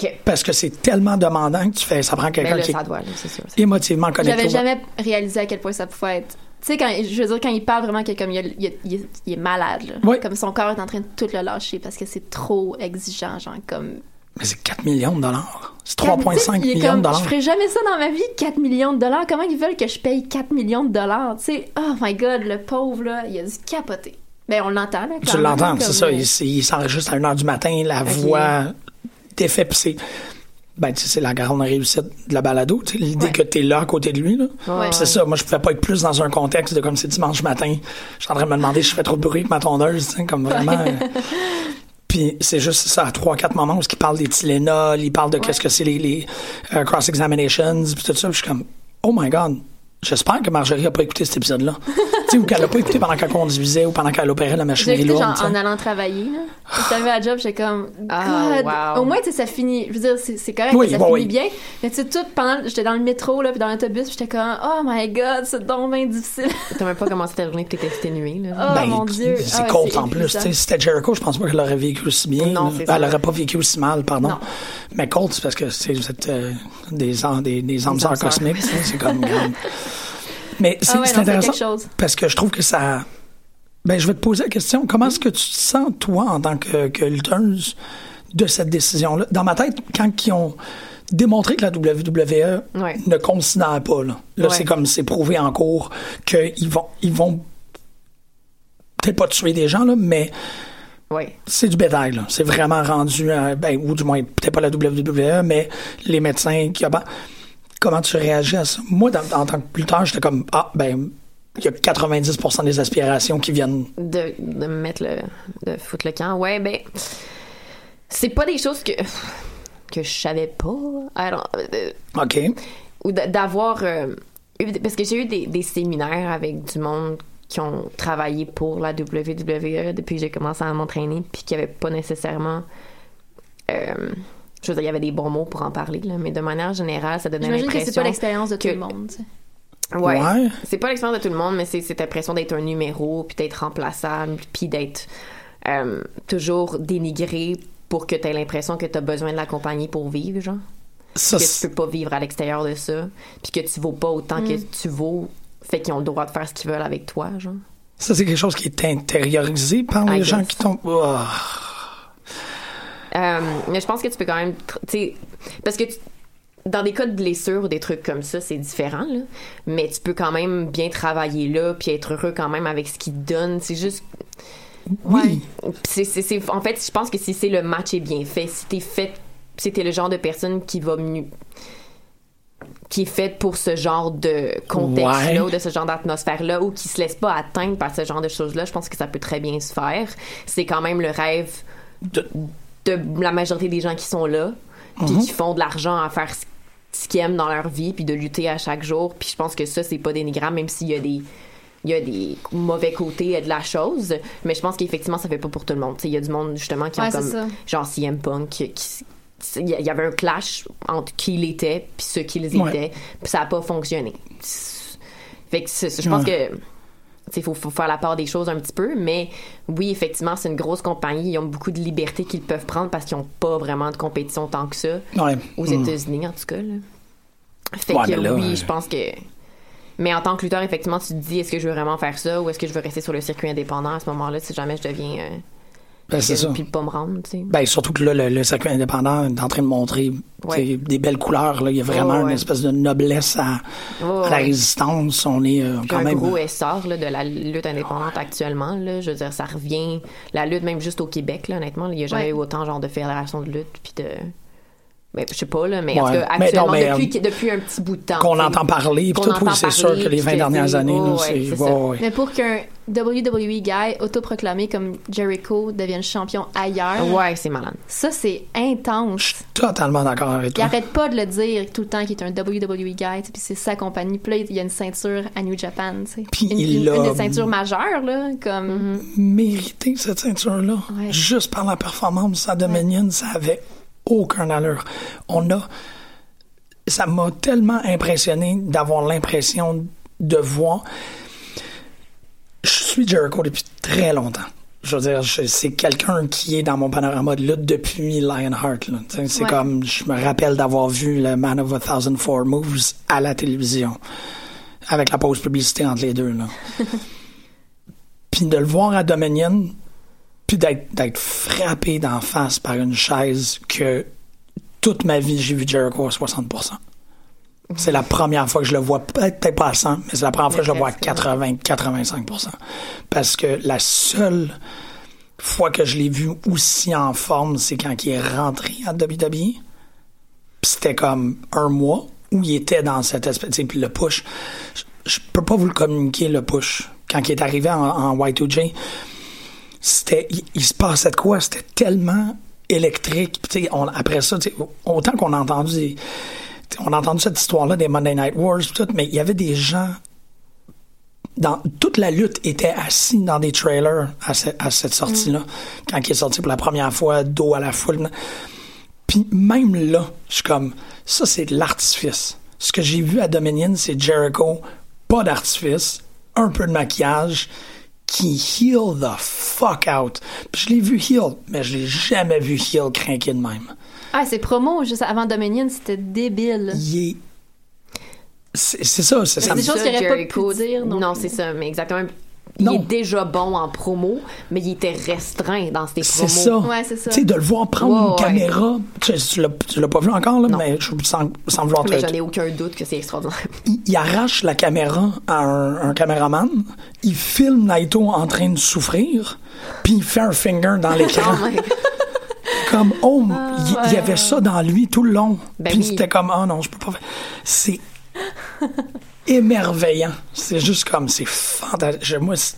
Speaker 4: Ok.
Speaker 5: Parce que c'est tellement demandant que tu fais. Ça prend
Speaker 4: Ben
Speaker 5: quelqu'un
Speaker 4: là,
Speaker 5: qui
Speaker 4: ça doit, là, c'est sûr.
Speaker 5: est émotivement connecté.
Speaker 6: J'avais
Speaker 5: au-
Speaker 6: jamais réalisé à quel point ça pouvait être. Tu sais, quand, je veux dire, quand il parle vraiment, que comme il, a- il a- il est- il est malade, là.
Speaker 5: Oui.
Speaker 6: comme son corps est en train de tout le lâcher parce que c'est trop exigeant, genre comme.
Speaker 5: Mais c'est 4 millions de dollars. C'est
Speaker 6: Tu
Speaker 5: 3,5
Speaker 6: sais, il est
Speaker 5: millions de
Speaker 6: comme,
Speaker 5: dollars.
Speaker 6: Je ferais jamais ça dans ma vie, 4 millions de dollars. Comment ils veulent que je paye 4 millions de dollars? Tu sais, oh my god, le pauvre, là, il a dû capoter. Ben, on l'entend, là.
Speaker 5: Tu
Speaker 6: clairement,
Speaker 5: l'entends, c'est
Speaker 6: comme-
Speaker 5: ça. Il, s- il s'enregistre à 1 h du matin, la voix t'effet, puis c'est. Ben, tu sais, c'est la grande réussite de la balado, tu sais, l'idée que t'es là à côté de lui, là. Puis c'est ça, moi, je pouvais pas être plus dans un contexte de comme c'est dimanche matin, je suis en train de me demander si je fais trop de bruit avec ma tondeuse, tu sais, comme vraiment. euh, Puis c'est juste ça, à trois, quatre moments où il parle des Tylenol, il parle de qu'est-ce que c'est les, les, euh, cross-examinations, puis tout ça, puis je suis comme, oh my god, j'espère que Marjorie a pas écouté cet épisode-là. tu sais, ou qu'elle a pas écouté pendant qu'elle conduisait ou pendant qu'elle opérait la
Speaker 6: J'ai
Speaker 5: machinerie
Speaker 6: écouté
Speaker 5: lourde.
Speaker 6: genre,
Speaker 5: tu sais.
Speaker 6: en allant travailler. là. J'avais à la job, j'étais comme
Speaker 4: Ah,
Speaker 6: God.
Speaker 4: wow.
Speaker 6: Au moins tu sais ça finit. Je veux dire c'est c'est correct,
Speaker 5: Oui,
Speaker 6: ça
Speaker 5: oui,
Speaker 6: finit
Speaker 5: oui.
Speaker 6: bien. Mais tu sais tout pendant j'étais dans le métro là puis dans l'autobus, puis j'étais comme oh my god, c'est donc bien difficile.
Speaker 4: T'as même pas commencé ta journée, puis t'étais exténué, là.
Speaker 6: Oh
Speaker 5: Ben,
Speaker 6: mon dieu.
Speaker 5: C'est
Speaker 6: Ah,
Speaker 5: Colt en plus. tu
Speaker 6: épuisant.
Speaker 5: sais. Si C'était Jericho, je pense pas qu'elle aurait vécu aussi bien.
Speaker 4: Non,
Speaker 5: là.
Speaker 4: c'est
Speaker 5: elle
Speaker 4: ça.
Speaker 5: aurait pas vécu aussi mal, pardon.
Speaker 6: Non.
Speaker 5: Mais Colt, c'est parce que tu sais, vous êtes euh, des, an- des, des âmes sœurs
Speaker 4: âmes sœurs.
Speaker 5: cosmiques. tu sais, c'est comme. grave. Mais c'est
Speaker 6: Ah ouais,
Speaker 5: c'est
Speaker 6: non, c'est
Speaker 5: intéressant
Speaker 6: quelque chose.
Speaker 5: parce que je trouve que ça. Ben, je vais te poser la question. Comment est-ce que tu te sens, toi, en tant que, que lutteuse, de cette décision-là? Dans ma tête, quand ils ont démontré que la WWE
Speaker 4: Ouais.
Speaker 5: ne considère pas, là, là
Speaker 4: Ouais.
Speaker 5: c'est comme c'est prouvé en cours qu'ils vont, ils vont peut-être pas tuer des gens, là, mais
Speaker 4: Ouais.
Speaker 5: c'est du bétail. là. C'est vraiment rendu, à- ben, ou du moins, peut-être pas la WWE, mais les médecins qui abattent. Comment tu réagis à ça? Moi, dans- en tant que plus tard, j'étais comme, ah, ben, il y a 90% des aspirations qui viennent.
Speaker 4: de, de me mettre le de foutre le camp. Ouais, ben c'est pas des choses que que je savais pas. Alors, euh,
Speaker 5: OK.
Speaker 4: ou d'a- d'avoir euh, eu des- parce que j'ai eu des, des séminaires avec du monde qui ont travaillé pour la WWE depuis que j'ai commencé à m'entraîner puis qui avait pas nécessairement euh, je veux dire, il y avait des bons mots pour en parler, là, mais de manière générale, ça donnait
Speaker 6: J'imagine que
Speaker 4: l'impression...
Speaker 6: c'est pas l'expérience de tout
Speaker 4: que-
Speaker 6: le monde. tu sais.
Speaker 4: Ouais.
Speaker 5: Ouais.
Speaker 4: C'est pas l'expérience de tout le monde, mais c'est cette impression d'être un numéro, puis d'être remplaçable, puis d'être euh, toujours dénigré pour que t'aies l'impression que t'as besoin de la compagnie pour vivre, genre.
Speaker 5: Ça,
Speaker 4: Que
Speaker 5: c'est-
Speaker 4: tu peux pas vivre à l'extérieur de ça, puis que tu vaux pas autant que tu vaux, fait qu'ils ont le droit de faire ce qu'ils veulent avec toi, genre.
Speaker 5: ça, c'est quelque chose qui est intériorisé par
Speaker 4: I
Speaker 5: les
Speaker 4: guess.
Speaker 5: gens qui tombent. Ah.
Speaker 4: Euh, mais je pense que tu peux quand même. tr- tu sais, Parce que tu- dans des cas de blessure ou des trucs comme ça, c'est différent, là. Mais tu peux quand même bien travailler là, puis être heureux quand même avec ce qu'ils te donnent. C'est juste.
Speaker 5: Oui.
Speaker 4: Ouais. C'est- c'est- c'est- en fait, je pense que si c'est le match est bien fait, si t'es fait. Si t'es le genre de personne qui va mieux. qui est faite pour ce genre de contexte-là
Speaker 5: Ouais.
Speaker 4: ou de ce genre d'atmosphère-là ou qui se laisse pas atteindre par ce genre de choses-là, je pense que ça peut très bien se faire. C'est quand même le rêve
Speaker 5: De-
Speaker 4: de la majorité des gens qui sont là, puis qui font de l'argent à faire ce- ce qu'ils aiment dans leur vie, puis de lutter à chaque jour. Puis je pense que ça, c'est pas dénigrable, même s'il y a des il y a des mauvais côtés de la chose, mais je pense qu'effectivement, ça fait pas pour tout le monde. Tu sais, Il y a du monde, justement, qui
Speaker 6: Ouais,
Speaker 4: ont
Speaker 6: c'est
Speaker 4: comme...
Speaker 6: ça.
Speaker 4: Genre CM Punk, qui... qui- il y a- il y avait un clash entre qui il était puis ce qu'ils
Speaker 5: Ouais.
Speaker 4: étaient, puis ça a pas fonctionné. Fait que c'est- je pense que il faut, faut faire la part des choses un petit peu, mais oui, effectivement, c'est une grosse compagnie. Ils ont beaucoup de liberté qu'ils peuvent prendre parce qu'ils n'ont pas vraiment de compétition tant que ça
Speaker 5: Ouais.
Speaker 4: aux
Speaker 5: Mm.
Speaker 4: États-Unis, en tout cas. là. Fait
Speaker 5: Ouais,
Speaker 4: que
Speaker 5: mais là,
Speaker 4: oui,
Speaker 5: euh,
Speaker 4: je pense que. Mais en tant que lutteur, effectivement, tu te dis est-ce que je veux vraiment faire ça ou est-ce que je veux rester sur le circuit indépendant à ce moment-là si jamais je deviens. euh,
Speaker 5: Ben, c'est
Speaker 4: que-
Speaker 5: ça.
Speaker 4: Puis pas me rendre, tu sais.
Speaker 5: Ben, surtout que là, le, le circuit indépendant est en train de montrer
Speaker 4: Ouais.
Speaker 5: tu sais, des belles couleurs. Là. Il y a vraiment
Speaker 4: Ouais,
Speaker 5: une
Speaker 4: ouais.
Speaker 5: espèce de noblesse à,
Speaker 4: Ouais,
Speaker 5: à la
Speaker 4: ouais.
Speaker 5: résistance. On est euh,
Speaker 4: Puis
Speaker 5: quand
Speaker 4: un
Speaker 5: même.
Speaker 4: gros essor là, de la lutte indépendante actuellement. Là, je veux dire, ça revient. La lutte, même juste au Québec, là, honnêtement, il n'y a jamais
Speaker 6: Ouais.
Speaker 4: eu autant genre de fédération de lutte. Puis de. Ben, je sais pas, là, mais en
Speaker 5: Ouais.
Speaker 4: tout cas,
Speaker 5: Mais
Speaker 4: actuellement,
Speaker 5: non, mais, euh,
Speaker 4: depuis, depuis un petit bout de temps.
Speaker 5: qu'on
Speaker 4: tu sais.
Speaker 5: entend parler.
Speaker 4: Qu'on
Speaker 5: Puis tout,
Speaker 4: entend
Speaker 5: oui, c'est sûr
Speaker 4: parler,
Speaker 5: que les
Speaker 4: puis
Speaker 5: 20 dernières
Speaker 4: c'est-
Speaker 5: années,
Speaker 4: oh,
Speaker 5: nous,
Speaker 4: ouais,
Speaker 5: c'est.
Speaker 4: c'est ça.
Speaker 5: ouais, ouais.
Speaker 6: Mais pour qu'un WWE guy autoproclamé comme Jericho devienne champion
Speaker 5: Ah
Speaker 6: ailleurs,
Speaker 4: Ouais, c'est malade.
Speaker 6: ça c'est
Speaker 5: Je suis
Speaker 6: intense.
Speaker 5: totalement d'accord avec
Speaker 6: Il
Speaker 5: toi.
Speaker 6: arrête pas de le dire tout le temps qu'il est un WWE guy, tu sais, puis c'est sa compagnie. Puis là, il y a une ceinture à New Japan, tu sais.
Speaker 5: Puis
Speaker 6: une,
Speaker 5: il
Speaker 6: une- une
Speaker 5: l'a-
Speaker 6: des ceintures majeures, là, comme...
Speaker 4: Mm-hmm.
Speaker 5: Mériter cette ceinture-là,
Speaker 6: Ouais.
Speaker 5: juste par la performance à Dominion, ça avait aucun allure. On a. Ça m'a tellement impressionné d'avoir l'impression de voir. Je suis Jericho depuis très longtemps. Je veux dire, je- c'est quelqu'un qui est dans mon panorama de lutte depuis Lionheart. là. Tu sais, C'est
Speaker 6: Ouais.
Speaker 5: comme, je me rappelle d'avoir vu le Man of a Thousand Four Moves à la télévision, avec la pause publicité entre les deux. Là. puis de le voir à Dominion, puis d'être d'être frappé d'en face par une chaise que toute ma vie, j'ai vu Jericho à 60%. C'est la première fois que je le vois, peut-être peut-être pas à 100, mais c'est la première fois que je le vois à
Speaker 4: presque,
Speaker 5: 80-85%. Parce que la seule fois que je l'ai vu aussi en forme, c'est quand il est rentré à WWE. Puis E. c'était comme un mois où il était dans cette espèce. tu sais, Puis le push, je, je peux pas vous le communiquer, le push. Quand il est arrivé en, en Y2J, c'était il, il se passait de quoi c'était tellement électrique Puis, tu sais, on- après ça tu sais, autant qu'on a entendu des- tu sais, on a entendu cette histoire là des Monday Night Wars puis tout mais il y avait des gens dans toute la lutte était assis dans des trailers à, ce- à cette sortie là quand il est sorti pour la première fois dos à la foule puis même là je suis comme ça c'est de l'artifice ce que j'ai vu à Dominion c'est Jericho pas d'artifice un peu de maquillage qui heal the fuck out. Puis je l'ai vu heal, mais je l'ai jamais vu heal craquer de même.
Speaker 6: Ah, ses promos juste avant Dominion, c'était débile.
Speaker 5: Il est... C'est c'est ça, c'est ça.
Speaker 6: des
Speaker 5: me-
Speaker 6: choses qu'il aurait pas
Speaker 4: Jericho,
Speaker 6: pu dire non
Speaker 4: Non,
Speaker 6: plus.
Speaker 4: c'est ça, mais exactement. Il
Speaker 5: Non.
Speaker 4: est déjà bon en promo, mais il était restreint dans ses promos.
Speaker 5: C'est ça.
Speaker 6: Ouais, c'est ça.
Speaker 5: Tu sais, de le voir prendre
Speaker 4: Ouais,
Speaker 5: une
Speaker 4: ouais.
Speaker 5: caméra, tu, tu l'as- tu l'as pas vu encore, là,
Speaker 4: Non.
Speaker 5: mais je, sans, sans vouloir te,
Speaker 4: Mais j'en ai aucun doute que c'est extraordinaire.
Speaker 5: il, il arrache la caméra à un, un caméraman, il filme Naito en train de souffrir, puis il fait un finger dans l'écran. comme, oh, il il y, avait ça dans lui tout le long.
Speaker 4: Ah, Ben
Speaker 5: puis
Speaker 4: oui.
Speaker 5: c'était comme, oh non, je peux pas faire. C'est émerveillant. C'est juste comme, c'est fantastique. Je- Moi, c'est-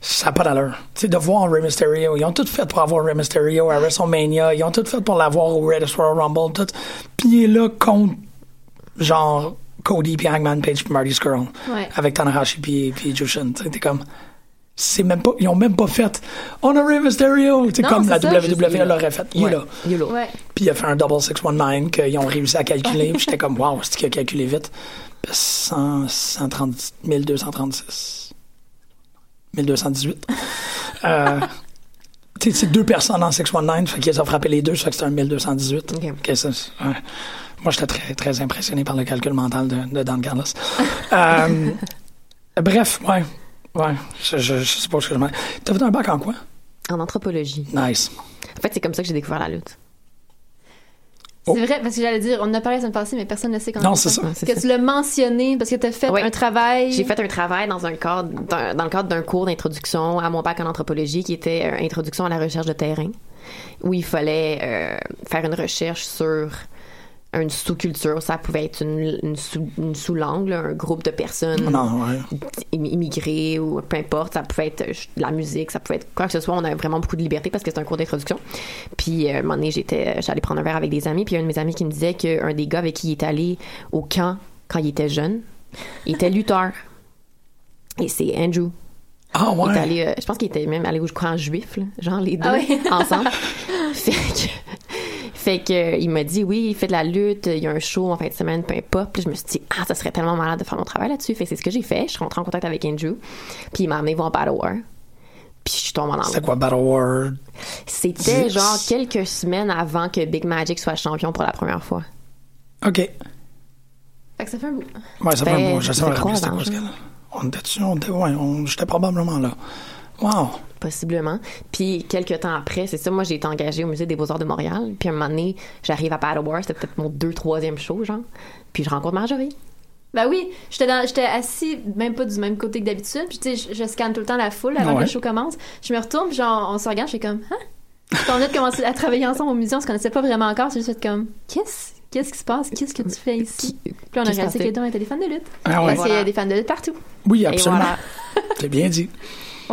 Speaker 5: ça n'a pas d'allure. Tu sais, de voir Rey Mysterio, ils ont tout fait pour avoir Rey Mysterio à WrestleMania, ils ont tout fait pour l'avoir au Reddit Royal Rumble, tout. Puis il est là contre, genre, Cody, puis Hangman Page, puis Marty Scurll,
Speaker 6: Ouais.
Speaker 5: avec Tanahashi, puis, puis Jushin. Tu sais, t'es comme... C'est même pas, ils ont même pas fait. On a Rey Mysterio, c'est
Speaker 6: Non,
Speaker 5: comme
Speaker 6: c'est
Speaker 5: la
Speaker 6: ça,
Speaker 4: juste, il
Speaker 5: WWE
Speaker 4: est là.
Speaker 5: l'aurait fait. Il est
Speaker 4: Ouais,
Speaker 5: là.
Speaker 4: il est là.
Speaker 6: Ouais.
Speaker 5: Puis il a fait un double 619 qu'ils ont réussi à calculer. Puis j'étais comme, wow, c'est qu'il a calculé vite. Puis 100, 130, 1236. 1218. euh, tu sais, c'est deux personnes en 619, fait qu'ils ont frappé les deux, ça fait que c'était un 1218.
Speaker 4: Ok.
Speaker 5: Ok, ça, c'est- ouais. Moi, j'étais très, très impressionné par le calcul mental de, de Dan Carlos. Euh, bref, ouais. Ouais, je, je, je sais pas ce que je m'en... T'as fait un bac en quoi?
Speaker 4: En anthropologie.
Speaker 5: Nice.
Speaker 4: En fait, c'est comme ça que j'ai découvert la lutte.
Speaker 5: Oh.
Speaker 6: C'est vrai, parce que j'allais dire, on en a parlé la semaine passée, mais personne ne sait quand
Speaker 5: Non, c'est ça.
Speaker 4: Ouais, c'est
Speaker 6: que
Speaker 4: ça.
Speaker 6: tu l'as mentionné parce que tu as fait
Speaker 4: Ouais.
Speaker 6: un travail.
Speaker 4: J'ai fait un travail dans un cadre, d'un- dans le cadre d'un cours d'introduction à mon bac en anthropologie qui était euh, introduction à la recherche de terrain, où il fallait euh, faire une recherche sur une sous-culture. Ça pouvait être une, une sous- une sous-langue, là, un groupe de personnes
Speaker 5: Non, ouais.
Speaker 4: imm- immigrés ou peu importe, ça pouvait être euh, de la musique, ça pouvait être quoi que ce soit. On avait vraiment beaucoup de liberté parce que c'était un cours d'introduction. Puis euh, un moment donné, j'étais, j'allais prendre un verre avec des amis, puis il y a un de mes amis qui me disait qu'un des gars avec qui il était allé au camp quand il était jeune, il était lutteur. Et c'est Andrew.
Speaker 5: Ah,
Speaker 4: Il
Speaker 5: ouais.
Speaker 4: est allé, euh, je pense qu'il était même allé au camp juif, là, genre les deux
Speaker 6: Ah oui.
Speaker 4: ensemble. Fait que, Fait que euh, il m'a dit oui, il fait de la lutte, il y a un show en fin de semaine, peu importe. Puis je me suis dit ah, ça serait tellement malade de faire mon travail là-dessus. Fait que c'est ce que j'ai fait. Je suis rentrée en contact avec Andrew, puis il m'a amené voir Battle War. Puis je suis tombée en amour.
Speaker 5: C'était quoi Battle War?
Speaker 4: C'était
Speaker 5: Yes.
Speaker 4: genre quelques semaines avant que Big Magic soit champion pour la première fois.
Speaker 5: OK.
Speaker 6: Fait que ça fait un bout.
Speaker 5: Ouais, ça fait
Speaker 4: Ben,
Speaker 5: un bout. Je
Speaker 4: ça
Speaker 5: sais
Speaker 4: fait
Speaker 5: pas
Speaker 4: trois
Speaker 5: c'était
Speaker 4: ans,
Speaker 5: quoi ce
Speaker 4: hein.
Speaker 5: gars-là. On était dessus, on était. Ouais, on- j'étais probablement là. Wow.
Speaker 4: possiblement. Puis quelques temps après, c'est ça, moi j'ai été engagée au musée des Beaux-Arts de Montréal. Puis à un moment donné, j'arrive à Battle War, c'était peut-être mon deux, troisième show, genre. Puis je rencontre Marjorie.
Speaker 6: Ben oui, j'étais dans- j'étais assis même pas du même côté que d'habitude. Puis tu sais, je, je scanne tout le temps la foule avant que
Speaker 5: Ouais.
Speaker 6: le show commence. Je me retourne, puis genre on se regarde, je fais comme hein. Puis on venait de commencer à travailler ensemble au musée, on se connaissait pas vraiment encore. J'ai juste fait comme qu'est-ce qu'est-ce qui se passe, qu'est-ce que tu fais ici. Puis on a
Speaker 4: qu'est-ce
Speaker 6: réalisé
Speaker 4: que
Speaker 6: que les deux on était des fans de lutte.
Speaker 5: Ah ouais.
Speaker 6: Parce qu'il y a
Speaker 4: Voilà.
Speaker 6: des fans de lutte partout.
Speaker 5: Oui,
Speaker 4: Et
Speaker 5: absolument.
Speaker 4: voilà.
Speaker 5: T'as bien dit.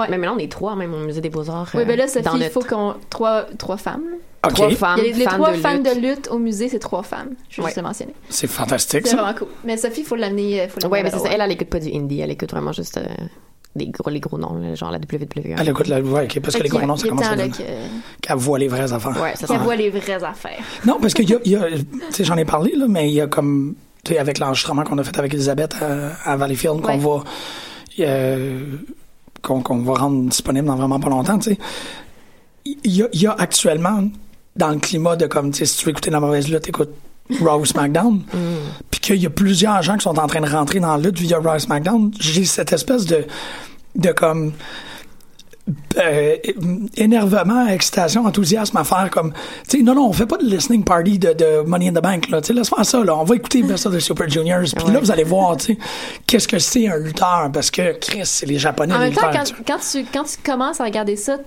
Speaker 4: Mais maintenant, on est trois, même au musée des Beaux-Arts.
Speaker 6: oui,
Speaker 4: euh,
Speaker 6: ben là
Speaker 4: dans
Speaker 6: Sophie,
Speaker 4: le
Speaker 6: il faut qu'on trois trois femmes. là.
Speaker 5: OK.
Speaker 4: Trois femmes.
Speaker 6: Il y a les, les
Speaker 4: fans
Speaker 6: trois
Speaker 4: de
Speaker 6: fans
Speaker 4: lutte.
Speaker 6: de lutte au musée, c'est trois femmes. Je vais juste le mentionner.
Speaker 5: C'est fantastique,
Speaker 6: C'est
Speaker 5: ça.
Speaker 6: vraiment cool. Mais Sophie, faut l'amener. euh, faut l'amener
Speaker 4: Ouais, mais
Speaker 6: à
Speaker 4: c'est
Speaker 6: Battle
Speaker 4: ça.
Speaker 6: War.
Speaker 4: Elle, elle écoute pas du indie, elle écoute vraiment juste euh, les, gros, les gros noms, là, genre la E. WWE.
Speaker 5: Elle écoute la voix, OK, parce que
Speaker 6: Fait
Speaker 5: les
Speaker 6: qu'il-
Speaker 5: gros noms,
Speaker 6: il
Speaker 5: ça
Speaker 6: est
Speaker 5: commence à
Speaker 6: temps, là,
Speaker 5: donner.
Speaker 6: que-
Speaker 5: Qu'elle voit les vraies affaires.
Speaker 4: Ouais, ça
Speaker 6: Qu'elle
Speaker 4: sent-
Speaker 6: voit les vraies affaires.
Speaker 5: Non, parce que il y a, il y a- tu sais, j'en ai parlé, là, mais il y a comme, tu sais, avec l'enregistrement qu'on a fait avec Elisabeth euh, à, à Valleyfield, qu'on
Speaker 6: Ouais.
Speaker 5: va, euh, qu'on qu'on va rendre disponible dans vraiment pas longtemps, tu sais. Il y a, il y a actuellement, dans le climat de comme, tu sais, si tu veux écouter de la mauvaise lutte, écoute Raw ou SmackDown,
Speaker 6: Mm.
Speaker 5: puis qu'il y a plusieurs gens qui sont en train de rentrer dans la lutte via Raw et SmackDown, j'ai cette espèce de, de comme, euh, énervement, excitation, enthousiasme à faire comme, tu sais, non, non, on fait pas de listening party de, de Money in the Bank, là, tu sais, laisse faire ça, là, on va écouter Best of the Super Juniors, puis là, vous allez voir, tu sais, qu'est-ce que c'est un lutteur, parce que, Chris, c'est les Japonais,
Speaker 6: En
Speaker 5: les
Speaker 6: même temps,
Speaker 5: lutteurs.
Speaker 6: quand,
Speaker 5: tu-
Speaker 6: quand tu, quand tu commences à regarder ça,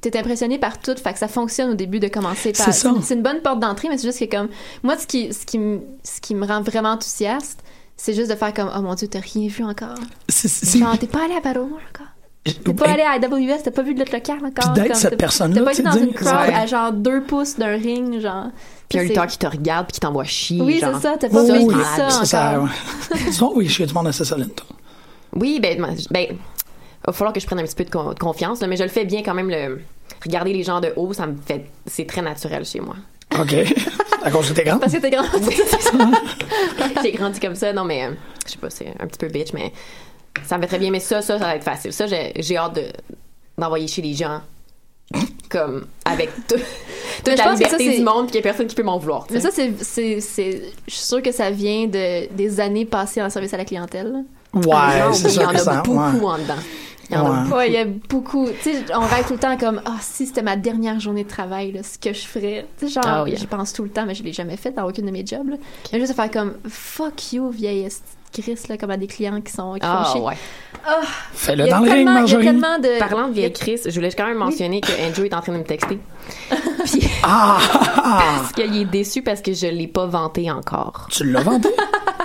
Speaker 6: t'es impressionné par tout, fait que ça fonctionne au début de commencer par.
Speaker 5: C'est ça.
Speaker 6: C'est une bonne porte d'entrée, mais c'est juste que comme moi, ce qui, ce qui, me- ce qui me rend vraiment enthousiaste, c'est juste de faire comme oh mon dieu, t'as rien vu encore.
Speaker 5: c'est- c'est-
Speaker 6: Genre t'es pas allé à Battle War encore. T'es pas
Speaker 5: Hey,
Speaker 6: allé à AWS, t'as pas vu de l'autre locale
Speaker 5: Puis
Speaker 6: encore.
Speaker 5: d'être
Speaker 6: comme
Speaker 5: cette
Speaker 6: t'as-
Speaker 5: personne-là,
Speaker 6: T'as pas
Speaker 5: tu sais,
Speaker 6: été dans
Speaker 5: dire-
Speaker 6: une crowd
Speaker 5: Ouais.
Speaker 6: à genre deux pouces d'un ring, genre.
Speaker 4: Puis il y a un
Speaker 6: C'est-
Speaker 4: lutteur qui te regarde puis qui t'envoie chier.
Speaker 6: Oui,
Speaker 4: genre.
Speaker 6: c'est ça, t'as pas
Speaker 5: oui,
Speaker 6: vécu
Speaker 5: Oh, oui,
Speaker 6: ça
Speaker 5: ça, ça,
Speaker 6: encore.
Speaker 5: ouais. Sinon, oui, je suis du monde assez solide. toi.
Speaker 4: Oui, ben, ben, ben, va falloir que je prenne un petit peu de, con- de confiance, là, mais je le fais bien quand même. Le, regarder les gens de haut, ça me fait, c'est très naturel chez moi.
Speaker 5: OK. à cause que t'es grande.
Speaker 6: Parce que t'es grand.
Speaker 4: J'ai grandi comme ça, non mais, euh, je sais pas, c'est un petit peu bitch, mais ça me fait très bien. Mais ça, ça, ça va être facile. Ça, j'ai, j'ai hâte de, d'envoyer chez les gens, comme avec tout-
Speaker 6: Mais
Speaker 4: toute
Speaker 6: je
Speaker 4: la
Speaker 6: pense que ça,
Speaker 4: liberté
Speaker 6: c'est-
Speaker 4: du monde, puis qu'il y a personne qui peut m'en vouloir. tu
Speaker 6: Mais
Speaker 4: sais.
Speaker 6: ça, c'est, c'est, c'est, je suis sûre que ça vient de, des années passées en service à la clientèle.
Speaker 4: Les gens,
Speaker 5: Ouais, c'est
Speaker 4: oui, il y
Speaker 5: sûr
Speaker 4: en
Speaker 5: que
Speaker 4: a
Speaker 5: ça.
Speaker 4: beaucoup hein.
Speaker 5: ouais.
Speaker 4: en dedans. Il y en a
Speaker 5: Ouais.
Speaker 4: beaucoup.
Speaker 6: Ouais, il y a beaucoup. Tu sais, on rêve tout le temps comme, ah, si c'était ma dernière journée de travail, là, ce que je ferais. Tu sais, genre,
Speaker 4: Oh, yeah.
Speaker 6: j'y pense tout le temps, mais je l'ai jamais fait dans aucune de mes jobs. Là. Mais juste faire comme, fuck you, vieille esti de Chris, là, comme à des clients qui sont. Qui font
Speaker 4: Ah
Speaker 6: chier. Euh,
Speaker 4: ouais.
Speaker 5: Fais-le
Speaker 6: Il y a
Speaker 5: dans le ring,
Speaker 6: tellement- Il y a
Speaker 5: Marjorie.
Speaker 6: tellement de.
Speaker 4: Parlant de vieille Chris, je voulais quand même mentionner que Andrew est en train de me texter. Puis-
Speaker 5: Ah!
Speaker 4: Parce qu'il est déçu parce que je l'ai pas vanté encore.
Speaker 5: Tu l'as vanté?